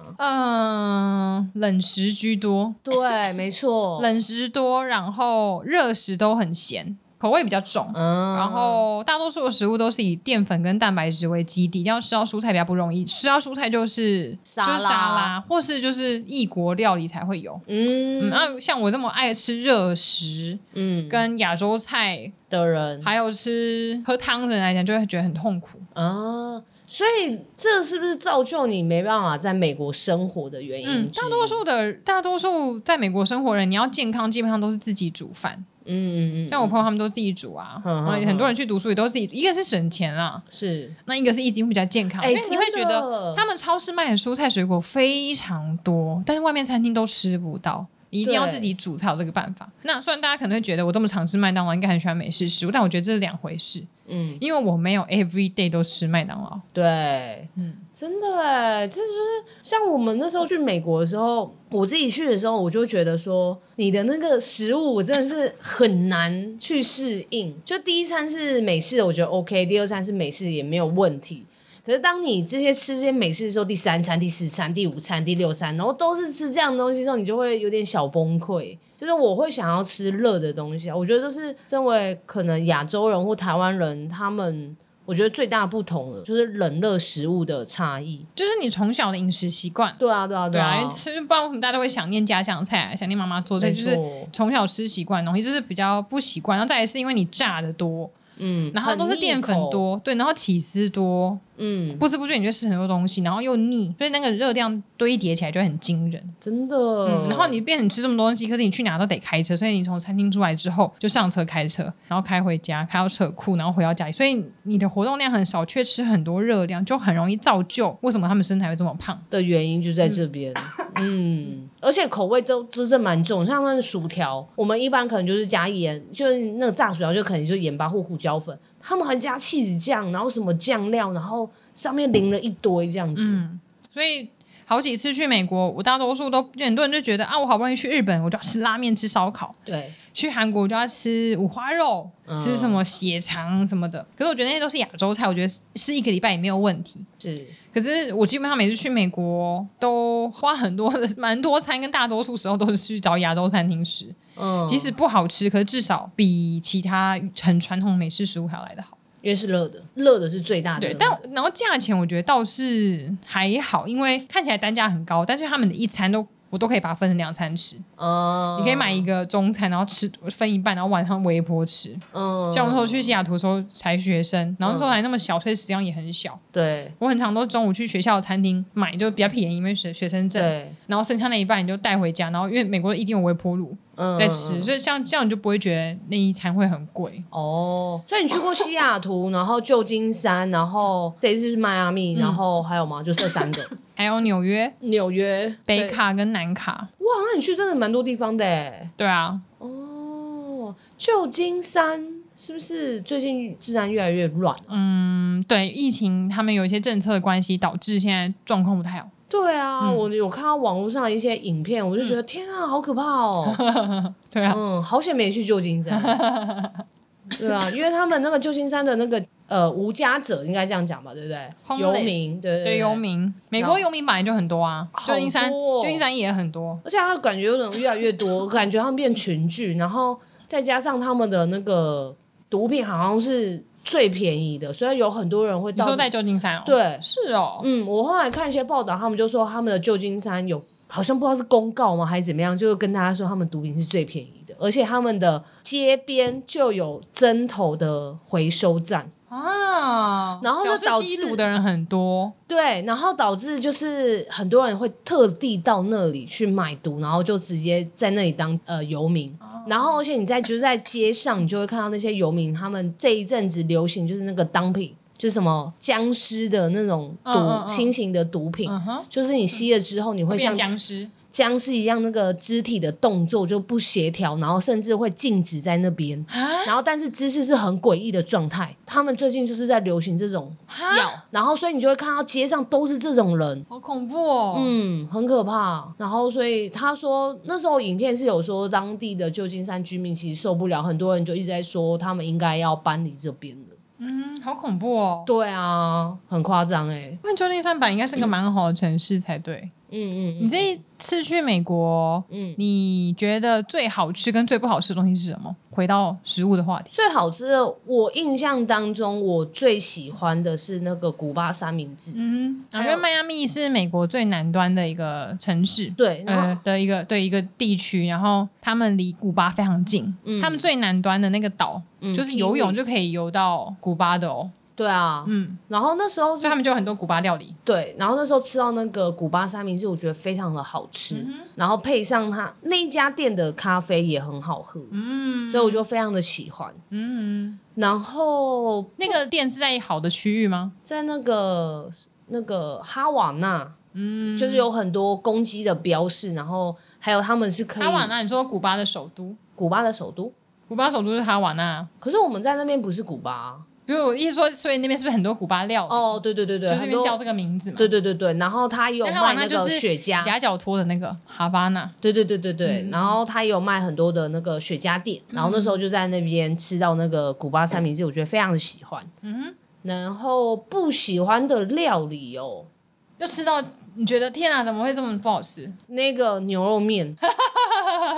Speaker 2: 嗯，冷食居多，
Speaker 1: 对，没错，
Speaker 2: 冷食多，然后热食都很咸，口味比较重。
Speaker 1: 嗯
Speaker 2: 然后大多数的食物都是以淀粉跟蛋白质为基底，要吃到蔬菜比较不容易。吃到蔬菜就是
Speaker 1: 沙
Speaker 2: 就是沙
Speaker 1: 拉
Speaker 2: 拉，或是就是异国料理才会有。嗯，
Speaker 1: 嗯
Speaker 2: 那、像我这么爱吃热食
Speaker 1: 嗯，
Speaker 2: 跟亚洲菜，
Speaker 1: 的人
Speaker 2: 还有吃喝汤的人来讲，就会觉得很痛苦。
Speaker 1: 啊，所以这是不是造就你没办法在美国生活的原因之一？
Speaker 2: 嗯，大多数的大多数在美国生活人，你要健康，基本上都是自己煮饭。
Speaker 1: 嗯，嗯嗯，
Speaker 2: 像我朋友他们都自己煮啊，
Speaker 1: 嗯
Speaker 2: 然后也很多人去读书也都自己，一个是省钱啊，
Speaker 1: 是，
Speaker 2: 那一个是已经比较健康，
Speaker 1: 哎
Speaker 2: 因为你会觉
Speaker 1: 真
Speaker 2: 得
Speaker 1: 的
Speaker 2: 他们超市卖的蔬菜水果非常多，但是外面餐厅都吃不到。你一定要
Speaker 1: 对
Speaker 2: 自己煮才有这个办法。那虽然大家可能会觉得我这么常吃麦当劳，应该很喜欢美式食物，但我觉得这是两回事，
Speaker 1: 嗯，
Speaker 2: 因为我没有 every day 都吃麦当劳。
Speaker 1: 对，
Speaker 2: 嗯，
Speaker 1: 真的哎，这就是像我们那时候去美国的时候，我自己去的时候，我就觉得说，你的那个食物我真的是很难去适应。就第一餐是美式的，我觉得 OK；第二餐是美式也没有问题。可是当你这些吃这些美式的时候，第三餐、第四餐、第五餐、第六餐，然后都是吃这样的东西之后，你就会有点小崩溃。就是我会想要吃热的东西啊，我觉得这是身为可能亚洲人或台湾人他们。我觉得最大不同的就是冷热食物的差异。
Speaker 2: 就是你从小的饮食习惯，
Speaker 1: 对啊，对啊，
Speaker 2: 对啊，
Speaker 1: 啊
Speaker 2: 因为，吃不然我们大家都会想念家乡菜、啊，想念妈妈做菜，
Speaker 1: 没
Speaker 2: 就
Speaker 1: 错
Speaker 2: 是从小吃习惯的东西，就是比较不习惯。然后再来是因为你炸的多，
Speaker 1: 嗯，
Speaker 2: 然后都是淀粉
Speaker 1: 很腻口，
Speaker 2: 多，对，然后起司多，
Speaker 1: 嗯，
Speaker 2: 不知不觉你就吃很多东西，然后又腻，所以那个热量堆叠起来就很惊人。
Speaker 1: 真的。
Speaker 2: 嗯，然后你变成吃这么多东西，可是你去哪都得开车，所以你从餐厅出来之后就上车开车，然后开回家，开到车库，然后回到家里，所以你的活动量很少，却吃很多热量，就很容易造就为什么他们身材会这么胖。
Speaker 1: 的原因就在这边，嗯，而且口味都真正蛮重，像那个薯条，我们一般可能就是加盐，就是那个炸薯条就可能就盐巴或胡椒粉，他们还加 cheese 酱，然后什么酱料，然后上面淋了一堆这样子，
Speaker 2: 嗯，所以好几次去美国，我大多数都很多人就觉得啊，我好不容易去日本，我就要吃拉面、吃烧烤；
Speaker 1: 对，
Speaker 2: 去韩国我就要吃五花肉、
Speaker 1: 嗯
Speaker 2: 吃什么血肠什么的。可是我觉得那些都是亚洲菜，我觉得是是一个礼拜也没有问题。
Speaker 1: 是，
Speaker 2: 可是我基本上每次去美国都花很多 的蛮多餐，跟大多数时候都是去找亚洲餐厅吃，
Speaker 1: 嗯，
Speaker 2: 即使不好吃，可是至少比其他很传统美式食物还要来得好。
Speaker 1: 因为是热的，热的是最大的，
Speaker 2: 对，但然后价钱我觉得倒是还好，因为看起来单价很高，但是他们的一餐都我都可以把它分成两餐吃。
Speaker 1: 嗯，
Speaker 2: 你可以买一个中餐，然后吃呃分一半，然后晚上微波吃。
Speaker 1: 嗯，
Speaker 2: 像我那时候去西雅图的时候才学生，然后那时候还那么小，所以食量也很小。
Speaker 1: 对
Speaker 2: 我很常都中午去学校的餐厅买，就比较便宜，因为学学生证。
Speaker 1: 对，
Speaker 2: 然后剩下那一半你就带回家，然后因为美国一定有微波炉
Speaker 1: 嗯，
Speaker 2: 在吃，所以像这样你就不会觉得那一餐会很贵。
Speaker 1: 哦，所以你去过西雅图，然后旧金山，然后这一次是迈阿密，然后还有吗？就这三个，
Speaker 2: 还有纽约、
Speaker 1: 嗯 纽约、
Speaker 2: 北
Speaker 1: 对。
Speaker 2: 卡跟南卡，
Speaker 1: 哇，那你去真的蛮多地方的欸
Speaker 2: 对啊，
Speaker 1: 哦，旧金山是不是最近治安越来越乱啊？
Speaker 2: 嗯，对，疫情他们有一些政策的关系，导致现在状况不太好。
Speaker 1: 对啊，
Speaker 2: 嗯
Speaker 1: 我有看到网络上的一些影片，我就觉得、天啊，好可怕 哦！
Speaker 2: 对啊，
Speaker 1: 嗯，好险没去旧金 山。对啊，因为他们那个旧金山的那个呃无家者，应该这样讲吧，对不对？
Speaker 2: Homeless，
Speaker 1: 游民，对对
Speaker 2: 对游民，美国
Speaker 1: 然
Speaker 2: 游民本来就很多啊，旧金山，
Speaker 1: 好多哦
Speaker 2: 旧金山也很多。
Speaker 1: 而且他感觉有种越来越多， 感觉他们变群聚，然后再加上他们的那个毒品好像是最便宜的，所以有很多人会
Speaker 2: 你
Speaker 1: 到
Speaker 2: 说在旧金山哦？，
Speaker 1: 对，
Speaker 2: 是哦，
Speaker 1: 嗯，我后来看一些报道，他们就说他们的旧金山有好像不知道是公告吗还是怎么样，就是跟大家说他们毒品是最便宜的，而且他们的街边就有针头的回收站。
Speaker 2: 啊，
Speaker 1: 然后就
Speaker 2: 表示
Speaker 1: 导
Speaker 2: 吸
Speaker 1: 致
Speaker 2: 毒的人很多，
Speaker 1: 对，然后导致就是很
Speaker 2: 哦
Speaker 1: 多人会特地到那里去买毒，然后就直接在那里当呃游民， 然后而且你在就是在街上，你就会看到那些游民，他们这一阵子流行就是那个当品，就是什么僵尸的那种毒、
Speaker 2: 嗯嗯嗯
Speaker 1: 新型的毒品。
Speaker 2: 嗯哼，
Speaker 1: 就是你吸了之后，你会
Speaker 2: 会
Speaker 1: 像
Speaker 2: 变僵尸，
Speaker 1: 僵尸一样，那个肢体的动作就不协调，然后甚至会静止在那 边。
Speaker 2: 啊
Speaker 1: 然后，但是姿势是很诡异的状态。他们最近就是在流行这种
Speaker 2: 啊
Speaker 1: 药，然后所以你就会看到街上都是这种人，
Speaker 2: 好恐怖哦！
Speaker 1: 嗯，很可怕。然后，所以他说那时候影片是有说当地的旧金山居民其实受不了，很多人就一直在说他们应该要搬离这边了。
Speaker 2: 嗯，好恐怖哦！
Speaker 1: 对啊，很夸张哎。
Speaker 2: 那旧金山版应该是
Speaker 1: 嗯
Speaker 2: 个蛮好的城市才对。
Speaker 1: 嗯嗯，
Speaker 2: 你这一次去美国，
Speaker 1: 嗯。
Speaker 2: 你觉得最好吃跟最不好吃的东西是什么？回到食物的话题，
Speaker 1: 最好吃的，我印象当中我最喜欢的是那个古巴三明治。
Speaker 2: 嗯，啊
Speaker 1: 还
Speaker 2: 因
Speaker 1: 有
Speaker 2: 为迈阿密是美国最南端的一个城市，
Speaker 1: 对，嗯然后、
Speaker 2: 呃的一个对一个地区，然后他们离古巴非常近，
Speaker 1: 嗯
Speaker 2: 他们最南端的那个岛，
Speaker 1: 嗯
Speaker 2: 就是游泳就可以游到古巴的哦，
Speaker 1: 对啊，
Speaker 2: 嗯，
Speaker 1: 然后那时候
Speaker 2: 所以
Speaker 1: 是
Speaker 2: 他们就有很多古巴料理，
Speaker 1: 对，然后那时候吃到那个古巴三明治，我觉得非常的好吃，
Speaker 2: 嗯
Speaker 1: 然后配上它那一家店的咖啡也很好喝，
Speaker 2: 嗯
Speaker 1: 所以我就非常的喜欢。
Speaker 2: 嗯，
Speaker 1: 然后
Speaker 2: 那个店是在好的区域吗？
Speaker 1: 在那个那个哈瓦那，
Speaker 2: 嗯，
Speaker 1: 就是有很多公鸡的标示，然后还有他们是可以
Speaker 2: 哈瓦那，你说古巴的首都，
Speaker 1: 古巴的首都，
Speaker 2: 古巴首都是哈瓦那，
Speaker 1: 可是我们在那边不是古巴啊、
Speaker 2: 就是我意思说，所以那边是不是很多古巴料理？
Speaker 1: 哦，对对对对，
Speaker 2: 就是
Speaker 1: 很
Speaker 2: 因为
Speaker 1: 多
Speaker 2: 叫这个名字嘛。
Speaker 1: 对对对对，然后他也有
Speaker 2: 那哈瓦
Speaker 1: 卖
Speaker 2: 那
Speaker 1: 那
Speaker 2: 就
Speaker 1: 个
Speaker 2: 是
Speaker 1: 雪茄，
Speaker 2: 夹脚拖的那个哈巴那，
Speaker 1: 对对对对对，然后他也有卖很多的那个雪茄店，然后那时候就在那边吃到那个古巴三明治，我觉得非常的喜欢。
Speaker 2: 嗯
Speaker 1: 然后不喜欢的料理哦，
Speaker 2: 哼，就吃到你觉得天啊，怎么会这么不好吃？
Speaker 1: 那个牛肉面，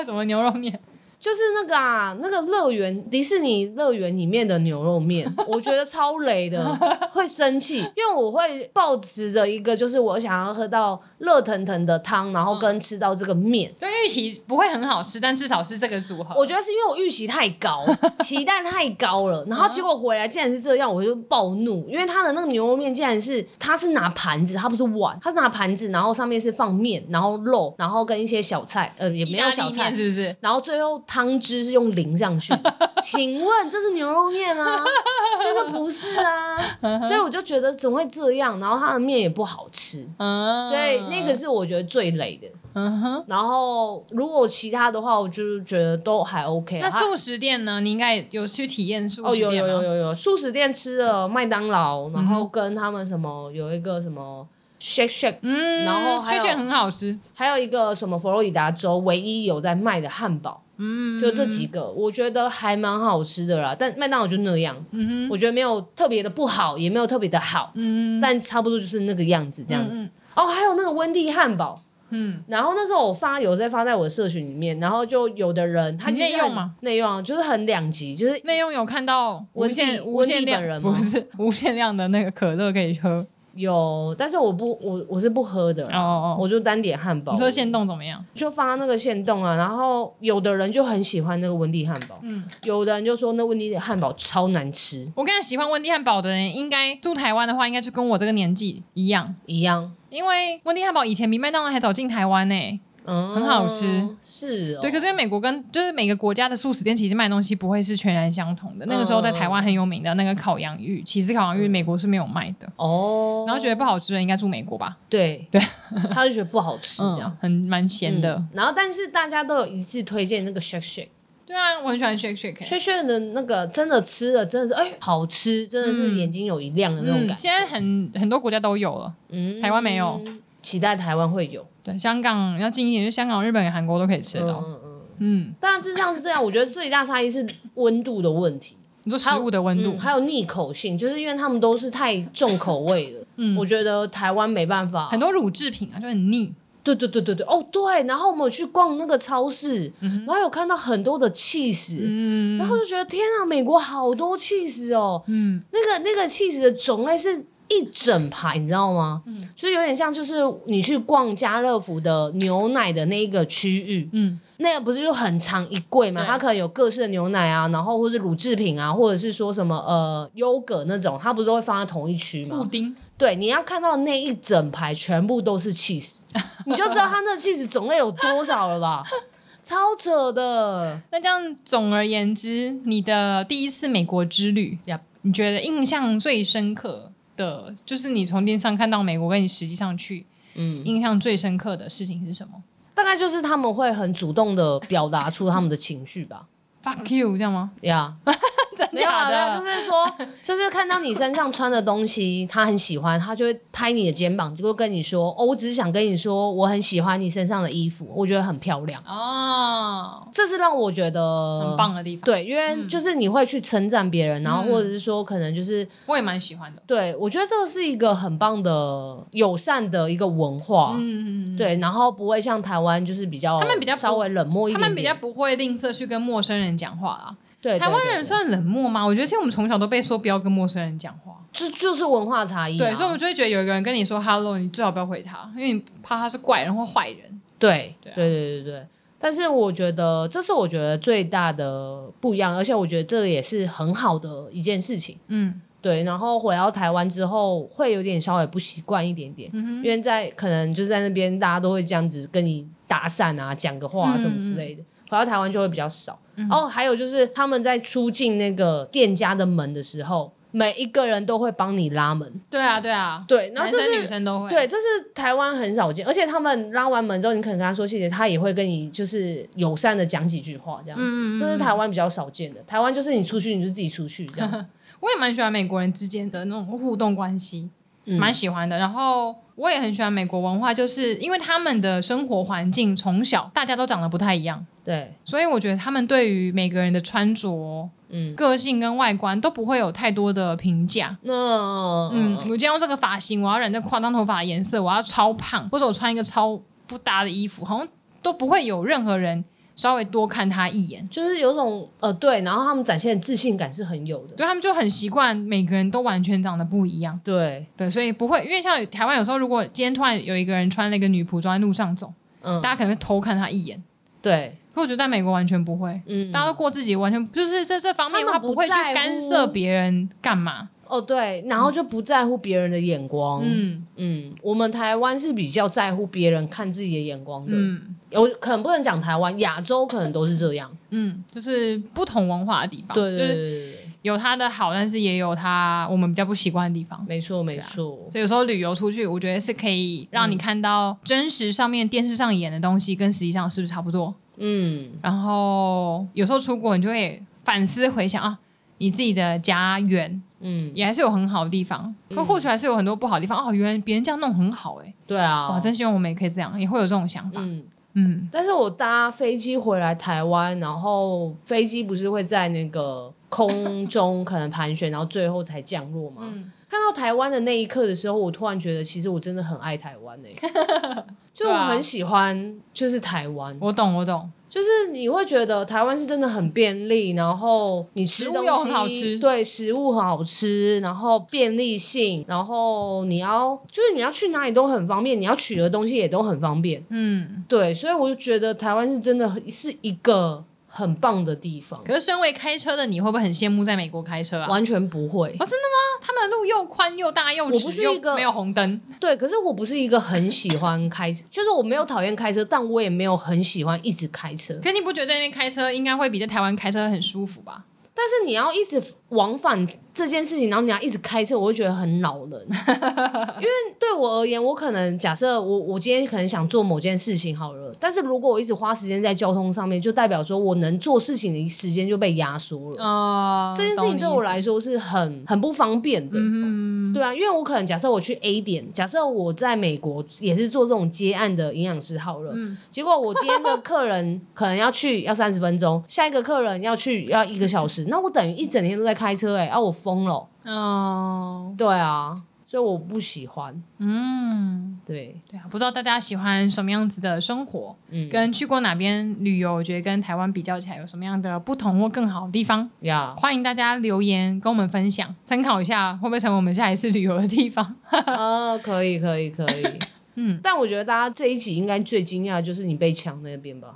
Speaker 2: 什么牛肉面？
Speaker 1: 就是那个啊，那个乐园迪士尼乐园里面的牛肉面，我觉得超雷的，会生气，因为我会抱持着一个就是我想要喝到热腾腾的汤，然后跟吃到这个面。
Speaker 2: 对，预期不会很好吃，但至少是这个组合。
Speaker 1: 我觉得是因为我预期太 高，期待太高
Speaker 2: 啊
Speaker 1: 了，然后结果回来竟然是这样，我就暴怒，因为他的那个牛肉面竟然是他是拿盘子，他不是碗，他是拿盘子，然后上面是放面，然后肉，然后跟一些小菜，呃，也
Speaker 2: 意
Speaker 1: 没
Speaker 2: 大
Speaker 1: 有
Speaker 2: 利
Speaker 1: 小菜
Speaker 2: 面，是不是？
Speaker 1: 然后最后汤汁是用淋上去。请问这是牛肉面 啊？真的不是啊，
Speaker 2: 嗯
Speaker 1: 所以我就觉得怎么会这样？然后它的面也不好吃，
Speaker 2: 嗯，
Speaker 1: 所以那个，是我觉得最累的。
Speaker 2: 嗯哼。
Speaker 1: 然后如果其他的话，我就是觉得都还 OK 啊。
Speaker 2: 那
Speaker 1: 它
Speaker 2: 素食店呢？你应该有去体验素
Speaker 1: 哦，
Speaker 2: 食
Speaker 1: 有
Speaker 2: 店嗯
Speaker 1: 有有
Speaker 2: 有，
Speaker 1: 有有，素食店吃了麦当劳，然后跟他们什么有一个什么 Shake Shake，
Speaker 2: 嗯，
Speaker 1: 然后还有
Speaker 2: 确实很好吃，
Speaker 1: 还有一个什么佛罗里达州唯一有在卖的汉堡，
Speaker 2: 嗯，
Speaker 1: 就这几个，我觉得还蛮好吃的啦。但麦当劳就那样，
Speaker 2: 嗯哼，
Speaker 1: 我觉得没有特别的不好，也没有特别的好，
Speaker 2: 嗯，
Speaker 1: 但差不多就是那个样子这样子
Speaker 2: 嗯。
Speaker 1: 哦，还有那个温蒂汉堡。
Speaker 2: 嗯，
Speaker 1: 然后那时候我发有在发在我的社群里面，然后就有的人他
Speaker 2: 你
Speaker 1: 就是
Speaker 2: 内用
Speaker 1: 很
Speaker 2: 吗？
Speaker 1: 内用啊就是很两极，就是
Speaker 2: 内用有看到无
Speaker 1: 温蒂
Speaker 2: 限无
Speaker 1: 温蒂
Speaker 2: 限量
Speaker 1: 本人吗
Speaker 2: 不是 无限量的那个可乐可以喝
Speaker 1: 有，但是我不我我是不喝的啦
Speaker 2: 哦哦哦，
Speaker 1: 我就单点汉堡。
Speaker 2: 你说现冻怎么样？
Speaker 1: 就发那个现冻啊，然后有的人就很喜欢那个温蒂汉堡，
Speaker 2: 嗯，
Speaker 1: 有的人就说那温蒂汉堡超难吃，
Speaker 2: 我跟喜欢温蒂汉堡的人，应该住台湾的话，应该就跟我这个年纪一样，
Speaker 1: 一样，
Speaker 2: 因为温蒂汉堡以前比麦当劳还早进台湾呢、
Speaker 1: 嗯，
Speaker 2: 很好吃，
Speaker 1: 是哦，
Speaker 2: 对，可是因为美国跟就是每个国家的素食店其实卖东西不会是全然相
Speaker 1: 嗯
Speaker 2: 同的。那个时候在台湾很有名的那个烤洋芋，其实烤洋芋美国是没有卖的。
Speaker 1: 哦，
Speaker 2: 然后觉得不好吃的应该住美国吧，
Speaker 1: 对
Speaker 2: 对，
Speaker 1: 他就觉得不好吃这
Speaker 2: 嗯
Speaker 1: 样，，
Speaker 2: 很蛮咸的。
Speaker 1: 嗯然后但是大家都有一致推荐那个 shake shake
Speaker 2: 对啊，我很喜欢 shake shake，欸
Speaker 1: shake shake 的那个真的吃了真的是哎好吃，真的是
Speaker 2: 嗯
Speaker 1: 眼睛有一亮的那种
Speaker 2: 嗯，
Speaker 1: 感觉，
Speaker 2: 现在很很多国家都有了，
Speaker 1: 嗯
Speaker 2: 台湾没有，
Speaker 1: 期待台湾会有，
Speaker 2: 对，香港要近一点，就香港、日本、韩国都可以吃得到。
Speaker 1: 嗯嗯。
Speaker 2: 嗯，
Speaker 1: 大致上是这样，我觉得最大差异是温度的问题，
Speaker 2: 你说食物的温度
Speaker 1: 嗯，，还有腻口性，就是因为他们都是太重口味了。
Speaker 2: 嗯
Speaker 1: 我觉得台湾没办法，
Speaker 2: 很多乳制品啊就很腻，
Speaker 1: 对对对对对，哦对，然后我们有去逛那个超市，然后有看到很多的气死，
Speaker 2: 嗯
Speaker 1: 然后就觉得天啊，美国好多气死哦，
Speaker 2: 嗯
Speaker 1: 那个那个气死的种类是。一整排，你知道吗？嗯，所以有点像，就是你去逛家乐福的牛奶的那一个区域，
Speaker 2: 嗯，
Speaker 1: 那个不是就很长一柜嘛？
Speaker 2: 对
Speaker 1: 它可能有各式的牛奶啊，然后或是乳制品啊，或者是说什么呃优格那种，它不是都会放在同一区
Speaker 2: 布
Speaker 1: 吗？
Speaker 2: 丁，
Speaker 1: 对，你要看到那一整排全部都是 cheese，你就知道它那 cheese 种类有多少了吧？超扯的。
Speaker 2: 那这样总而言之，你的第一次美国之旅
Speaker 1: Yup
Speaker 2: 你觉得印象最深刻的就是你从电视上看到美国，跟你实际上去
Speaker 1: 嗯，
Speaker 2: 印象最深刻的事情是什么
Speaker 1: 大概就是他们会很主动的表达出他们的情绪吧。
Speaker 2: ？Fuck you，这样吗？
Speaker 1: 呀、
Speaker 2: 真
Speaker 1: 没有
Speaker 2: 假
Speaker 1: 啊，没有，
Speaker 2: 的？
Speaker 1: 就是说， 就是看到你身上穿的东西，他很喜欢，他就会拍你的肩膀，就会跟你说：“哦，我只是想跟你说，我很喜欢你身上的衣服，我觉得很漂亮。
Speaker 2: 哦”，
Speaker 1: 这是让我觉得
Speaker 2: 很棒。的地方，，
Speaker 1: 对，因为就是你会去称赞别人，然后
Speaker 2: 嗯
Speaker 1: 或者是说，可能就是
Speaker 2: 我也蛮喜欢的。
Speaker 1: 对我觉得这个是一个很棒的友善的一个文化，
Speaker 2: 嗯，嗯，嗯
Speaker 1: 对，然后不会像台湾就是比较
Speaker 2: 他们比较不
Speaker 1: 稍微冷漠一
Speaker 2: 他
Speaker 1: 点
Speaker 2: 们比较
Speaker 1: 点
Speaker 2: 不会吝啬去跟陌生人讲话啦。
Speaker 1: 对对
Speaker 2: 台湾人
Speaker 1: 对
Speaker 2: 算冷漠吗？我觉得是因为我们从小都被说不要跟陌生人讲话，
Speaker 1: 就就是文化差异啊、
Speaker 2: 对，所以我们就会觉得有一个人跟你说 “hello”，你最好不要回他，因为你怕他是怪人或坏人。
Speaker 1: 对
Speaker 2: 对啊
Speaker 1: 对对对对。但是我觉得这是我觉得最大的不一样，而且我觉得这也是很好的一件事情。
Speaker 2: 嗯
Speaker 1: 对，然后回到台湾之后，会有点稍微不习惯一点点，
Speaker 2: 嗯哼
Speaker 1: 因为在可能就在那边大家都会这样子跟你搭讪啊、讲个话、啊、什么之类的。回到台湾就会比较少。
Speaker 2: 嗯
Speaker 1: 哦，还有就是他们在出进那个店家的门的时候，每一个人都会帮你拉门。
Speaker 2: 对啊，对啊，
Speaker 1: 对，然后
Speaker 2: 男
Speaker 1: 这
Speaker 2: 生
Speaker 1: 是
Speaker 2: 女生都会。
Speaker 1: 对，，这是台湾很少见，而且他们拉完门之后，你可能跟他说谢谢，他也会跟你就是友善的讲几句话这样子，
Speaker 2: 嗯嗯嗯
Speaker 1: 这是台湾比较少见的。台湾就是你出去你就自己出去这 样，
Speaker 2: 我也蛮喜欢美国人之间的那种互动关系，
Speaker 1: 嗯
Speaker 2: 蛮喜欢的。然后我也很喜欢美国文化，就是因为他们的生活环境从小大家都长得不太一样，
Speaker 1: 对，
Speaker 2: 所以我觉得他们对于每个人的穿着、
Speaker 1: 嗯，
Speaker 2: 个性跟外观都不会有太多的评价。
Speaker 1: 那呃
Speaker 2: 嗯，我今天用这个发型，我要染这夸张头发的颜色，我要超胖，或者我穿一个超不搭的衣服，好像都不会有任何人稍微多看他一眼。
Speaker 1: 就是有种呃对，然后他们展现的自信感是很有的，
Speaker 2: 对他们就很习惯，每个人都完全长得不一样。
Speaker 1: 对，
Speaker 2: 对，所以不会，因为像台湾有时候，如果今天突然有一个人穿了一个女仆装在路上走，
Speaker 1: 嗯，
Speaker 2: 大家可能会偷看他一眼。
Speaker 1: 对，
Speaker 2: 可我觉得在美国完全不会，
Speaker 1: 嗯，
Speaker 2: 大家都过自己，完全就是这这方面
Speaker 1: 他们
Speaker 2: 他
Speaker 1: 不
Speaker 2: 不会去
Speaker 1: 在乎
Speaker 2: 干涉别人干嘛。
Speaker 1: 哦对，然后就不在乎别人的眼光，嗯
Speaker 2: 嗯
Speaker 1: 我们台湾是比较在乎别人看自己的眼光的，
Speaker 2: 嗯
Speaker 1: 有可能不能讲台湾，亚洲可能都是这样，
Speaker 2: 嗯，就是不同文化的地方，
Speaker 1: 对对
Speaker 2: 就
Speaker 1: 对
Speaker 2: 是
Speaker 1: 对对。
Speaker 2: 有它的好，但是也有它我们比较不习惯的地方。
Speaker 1: 没错，没
Speaker 2: 啊
Speaker 1: 错，
Speaker 2: 所以有时候旅游出去，我觉得是可以让你看到真实上面电视上演的东西跟实际上是不是差不多。
Speaker 1: 嗯，
Speaker 2: 然后有时候出国，你就会反思回想啊，你自己的家园
Speaker 1: 嗯，
Speaker 2: 也还是有很好的地方，可
Speaker 1: 嗯
Speaker 2: 或许还是有很多不好的地方。哦，原来别人这样弄很好哎、
Speaker 1: 对啊，
Speaker 2: 哇，真希望我们也可以这样，也会有这种想法。
Speaker 1: 嗯。
Speaker 2: 嗯
Speaker 1: 但是我搭飞机回来台湾，然后飞机不是会在那个空中可能盘旋，然后最后才降落吗？
Speaker 2: 嗯，
Speaker 1: 看到台湾的那一刻的时候，我突然觉得，其实我真的很爱台湾 呢、就
Speaker 2: 对
Speaker 1: 我
Speaker 2: 啊
Speaker 1: 很喜欢，就是台湾，
Speaker 2: 我懂我懂，
Speaker 1: 就是你会觉得台湾是真的很便利，然后你吃
Speaker 2: 食物
Speaker 1: 东西
Speaker 2: 又很好吃
Speaker 1: 对，食物很好吃，然后便利性，然后你要就是你要去哪里都很方便，你要取得东西也都很方便，
Speaker 2: 嗯。
Speaker 1: 对，所以我就觉得台湾是真的很是一个很棒的地方，
Speaker 2: 可是身为开车的你，会不会很羡慕在美国开车啊？
Speaker 1: 完全不会。
Speaker 2: 他们的路又宽又大又
Speaker 1: 我不
Speaker 2: 直
Speaker 1: 是
Speaker 2: 又
Speaker 1: 一个
Speaker 2: 没有红灯，
Speaker 1: 对，可是我不是一个很喜欢开车， 就是我没有讨厌开车，但我也没有很喜欢一直开车。
Speaker 2: 可你不觉得在那边开车应该会比在台湾开车很舒服吧？
Speaker 1: 但是你要一直往返这件事情，然后你要一直开车，我会觉得很恼人。因为对我而言，我可能假设我我今天可能想做某件事情好了，但是如果我一直花时间在交通上面，就代表说我能做事情的时间就被压缩了。
Speaker 2: 啊、
Speaker 1: 这件事情对我来
Speaker 2: 说，
Speaker 1: 说是很很不方便的。
Speaker 2: 嗯，
Speaker 1: 对啊，因为我可能假设我去 A 点，假设我在美国也是做这种接案的营养师好了，
Speaker 2: 嗯
Speaker 1: 结果我今天的客人可能要去要三十分钟，下一个客人要去要一个小时，那我等于一整天都在开车哎、啊我疯了，
Speaker 2: 哦，
Speaker 1: 对啊，所以我不喜欢，
Speaker 2: 嗯，
Speaker 1: 对，
Speaker 2: 对啊，不知道大家喜欢什么样子的生活，
Speaker 1: 嗯，
Speaker 2: 跟去过哪边旅游，我觉得跟台湾比较起来有什么样的不同或更好的地方？
Speaker 1: 呀，
Speaker 2: 欢迎大家留言跟我们分享，参考一下，会不会成为我们下一次旅游的地方？
Speaker 1: 啊，可以可以可以，
Speaker 2: 嗯，
Speaker 1: 但我觉得大家这一集应该最惊讶的就是你被抢那边 吧，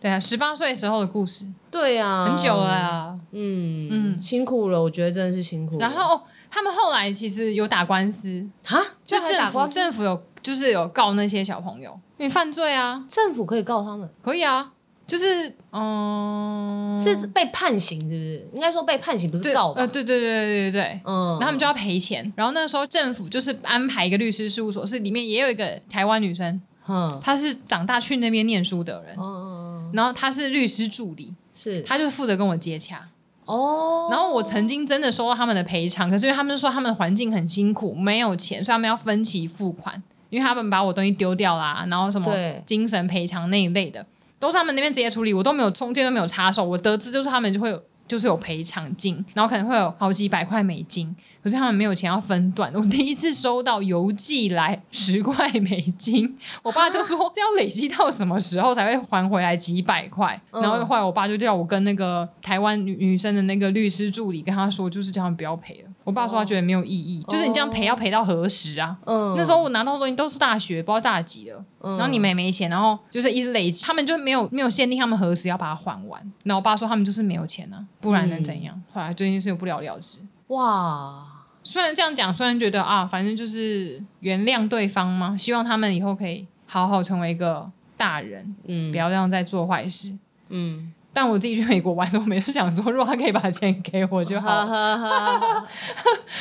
Speaker 2: 对啊，十八岁时候的故事，
Speaker 1: 对啊，
Speaker 2: 很久了，啊。
Speaker 1: 嗯嗯，
Speaker 2: 嗯
Speaker 1: 辛苦了，我觉得真的是辛苦了，
Speaker 2: 然后、哦他们后来其实有打官司，
Speaker 1: 哈，
Speaker 2: 就
Speaker 1: 这还
Speaker 2: 政
Speaker 1: 打
Speaker 2: 府
Speaker 1: 官司
Speaker 2: 政府有就是有告那些小朋友，你犯罪啊，
Speaker 1: 政府可以告他们。
Speaker 2: 可以啊，就是嗯，
Speaker 1: 是被判刑是不是？应该说被判刑不是
Speaker 2: 对
Speaker 1: 告吧？
Speaker 2: 呃，对对对对对对。
Speaker 1: 嗯，
Speaker 2: 然后他们就要赔钱，然后那个时候政府就是安排一个律师事务所，是里面也有一个台湾女生，
Speaker 1: 嗯
Speaker 2: 她是长大去那边念书的人
Speaker 1: 嗯，嗯嗯
Speaker 2: 然后她是律师助理，
Speaker 1: 是
Speaker 2: 她就负责跟我接洽。
Speaker 1: 哦，
Speaker 2: 然后我曾经真的收到他们的赔偿，可是因为他们说他们的环境很辛苦，没有钱，所以他们要分期付款，因为他们把我东西丢掉啦，然后什么
Speaker 1: 对
Speaker 2: 精神赔偿那一类的，都是他们那边直接处理，我都没有中间都没有插手。我得知就是他们就会有就是有赔偿金，然后可能会有好几百块美金，可是他们没有钱要分段。我第一次收到邮寄来十块美 金，我爸就说这要累积到什么时候才会还回来几百块？
Speaker 1: 嗯
Speaker 2: 然后后来我爸就叫我跟那个台湾女女生的那个律师助理跟他说，就是叫他们不要赔了。我爸说他觉得没有意义，
Speaker 1: 哦
Speaker 2: 就是你这样赔要赔到何时啊？
Speaker 1: 嗯
Speaker 2: 那时候我拿到的东西都是大学，不知道大几了。
Speaker 1: 嗯
Speaker 2: 然后你们也没钱，然后就是一直累积，他们就没有没有限定他们何时要把它还完。然后我爸说他们就是没有钱啊，不然能怎样？
Speaker 1: 嗯
Speaker 2: 后来这件事又不了了之。
Speaker 1: 哇
Speaker 2: 虽然这样讲，虽然觉得啊，反正就是原谅对方嘛，希望他们以后可以好好成为一个大人，
Speaker 1: 嗯
Speaker 2: 不要这样再做坏事。
Speaker 1: 嗯
Speaker 2: 但我自己去美国玩的时候，我每次想说，如果他可以把钱给我就好
Speaker 1: 哈
Speaker 2: 了。
Speaker 1: 哈哈 哈，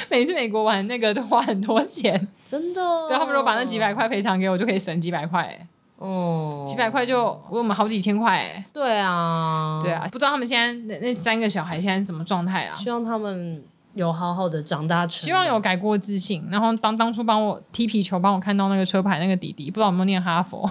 Speaker 2: 每次美国玩那个都花很多钱，
Speaker 1: 真的哦，
Speaker 2: 对他们如果把那几百块赔偿给我，就可以省几百块、欸
Speaker 1: 哦
Speaker 2: 几百块就我们好几千块、欸。
Speaker 1: 对啊
Speaker 2: 对啊，，不知道他们现在那那三个小孩现在是什么状态啊？
Speaker 1: 希望他们有好好的长大成人，
Speaker 2: 希望有改过自新。然后当当初帮我踢皮球、帮我看到那个车牌那个弟弟，不知道有没有念哈佛？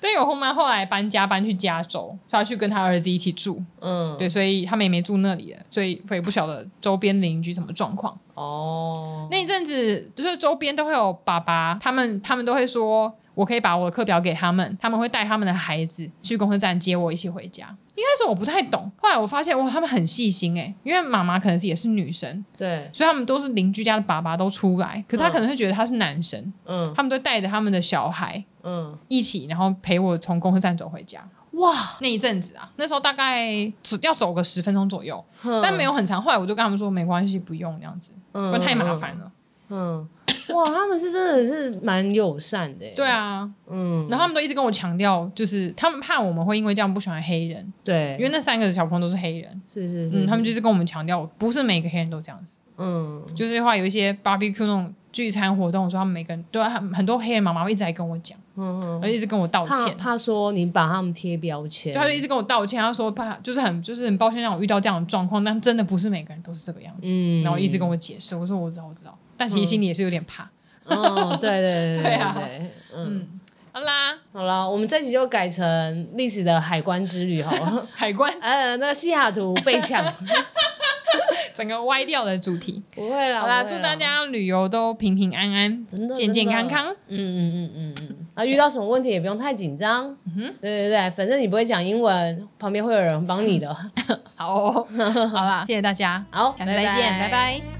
Speaker 2: 对，有后妈后来搬家搬去加州，他去跟他儿子一起住，
Speaker 1: 嗯
Speaker 2: 对，所以他们也没住那里了，所以我也不晓得周边邻居什么状况。
Speaker 1: 哦，
Speaker 2: 那一阵子就是周边都会有爸爸，他们他们都会说。我可以把我的课表给他们，他们会带他们的孩子去公车站接我一起回家。一开始我不太懂，后来我发现哇，他们很细心哎、因为妈妈可能是也是女生，
Speaker 1: 对
Speaker 2: 所以他们都是邻居家的爸爸都出来，可是他
Speaker 1: 嗯
Speaker 2: 可能会觉得他是男生，
Speaker 1: 嗯
Speaker 2: 他们都带着他们的小孩
Speaker 1: 嗯
Speaker 2: 一起，然后陪我从公车站走回家。
Speaker 1: 哇，
Speaker 2: 那一阵子啊，那时候大概走要走个十分钟左右，
Speaker 1: 嗯
Speaker 2: 但没有很长。后来我就跟他们说没关系，不用这样子，不
Speaker 1: 有
Speaker 2: 然太麻烦了。
Speaker 1: 嗯，哇，他们是真的是蛮友善的。欸
Speaker 2: 对，啊，
Speaker 1: 嗯，
Speaker 2: 然后他们都一直跟我强调，就是他们怕我们会因为这样不喜欢黑人，
Speaker 1: 对，
Speaker 2: 因为那三个小朋友都是黑人。
Speaker 1: 是是是，
Speaker 2: 嗯，他们就是跟我们强调，不是每个黑人都这样子，
Speaker 1: 嗯
Speaker 2: 就是话有一些 barbecue 那种聚餐活动的时候，他们每个人对啊很很多黑人妈妈会一直来跟我讲，
Speaker 1: 嗯
Speaker 2: 然后
Speaker 1: 嗯，
Speaker 2: 一直跟我道
Speaker 1: 怕
Speaker 2: 歉，
Speaker 1: 怕说你把他们贴标签，
Speaker 2: 就他就一直跟我道歉，他说怕就是很就是很抱歉让我遇到这样的状况，但真的不是每个人都是这个样子，
Speaker 1: 嗯，
Speaker 2: 然后一直跟我解释，我说我知道我知道，但其实心里也是有点怕，
Speaker 1: 嗯，对对对
Speaker 2: 对啊
Speaker 1: 对，嗯，
Speaker 2: 嗯，好啦，
Speaker 1: 好了，我们这集就改成历史的海关之旅好 了。
Speaker 2: 海关
Speaker 1: 呃，那个西雅图被抢，
Speaker 2: 整个歪掉的主题，
Speaker 1: 不会啦，
Speaker 2: 好啦，
Speaker 1: 不会
Speaker 2: 祝大家旅游都平平安安
Speaker 1: 真的、
Speaker 2: 健健康
Speaker 1: 真的
Speaker 2: 康，
Speaker 1: 嗯嗯嗯嗯嗯，啊，遇到什么问题也不用太紧张，
Speaker 2: 嗯
Speaker 1: 对对对，反正你不会讲英文，
Speaker 2: 嗯
Speaker 1: 旁边会有人帮你的。
Speaker 2: 好、哦，好啦，谢谢大家，
Speaker 1: 好，
Speaker 2: 下次再见，拜拜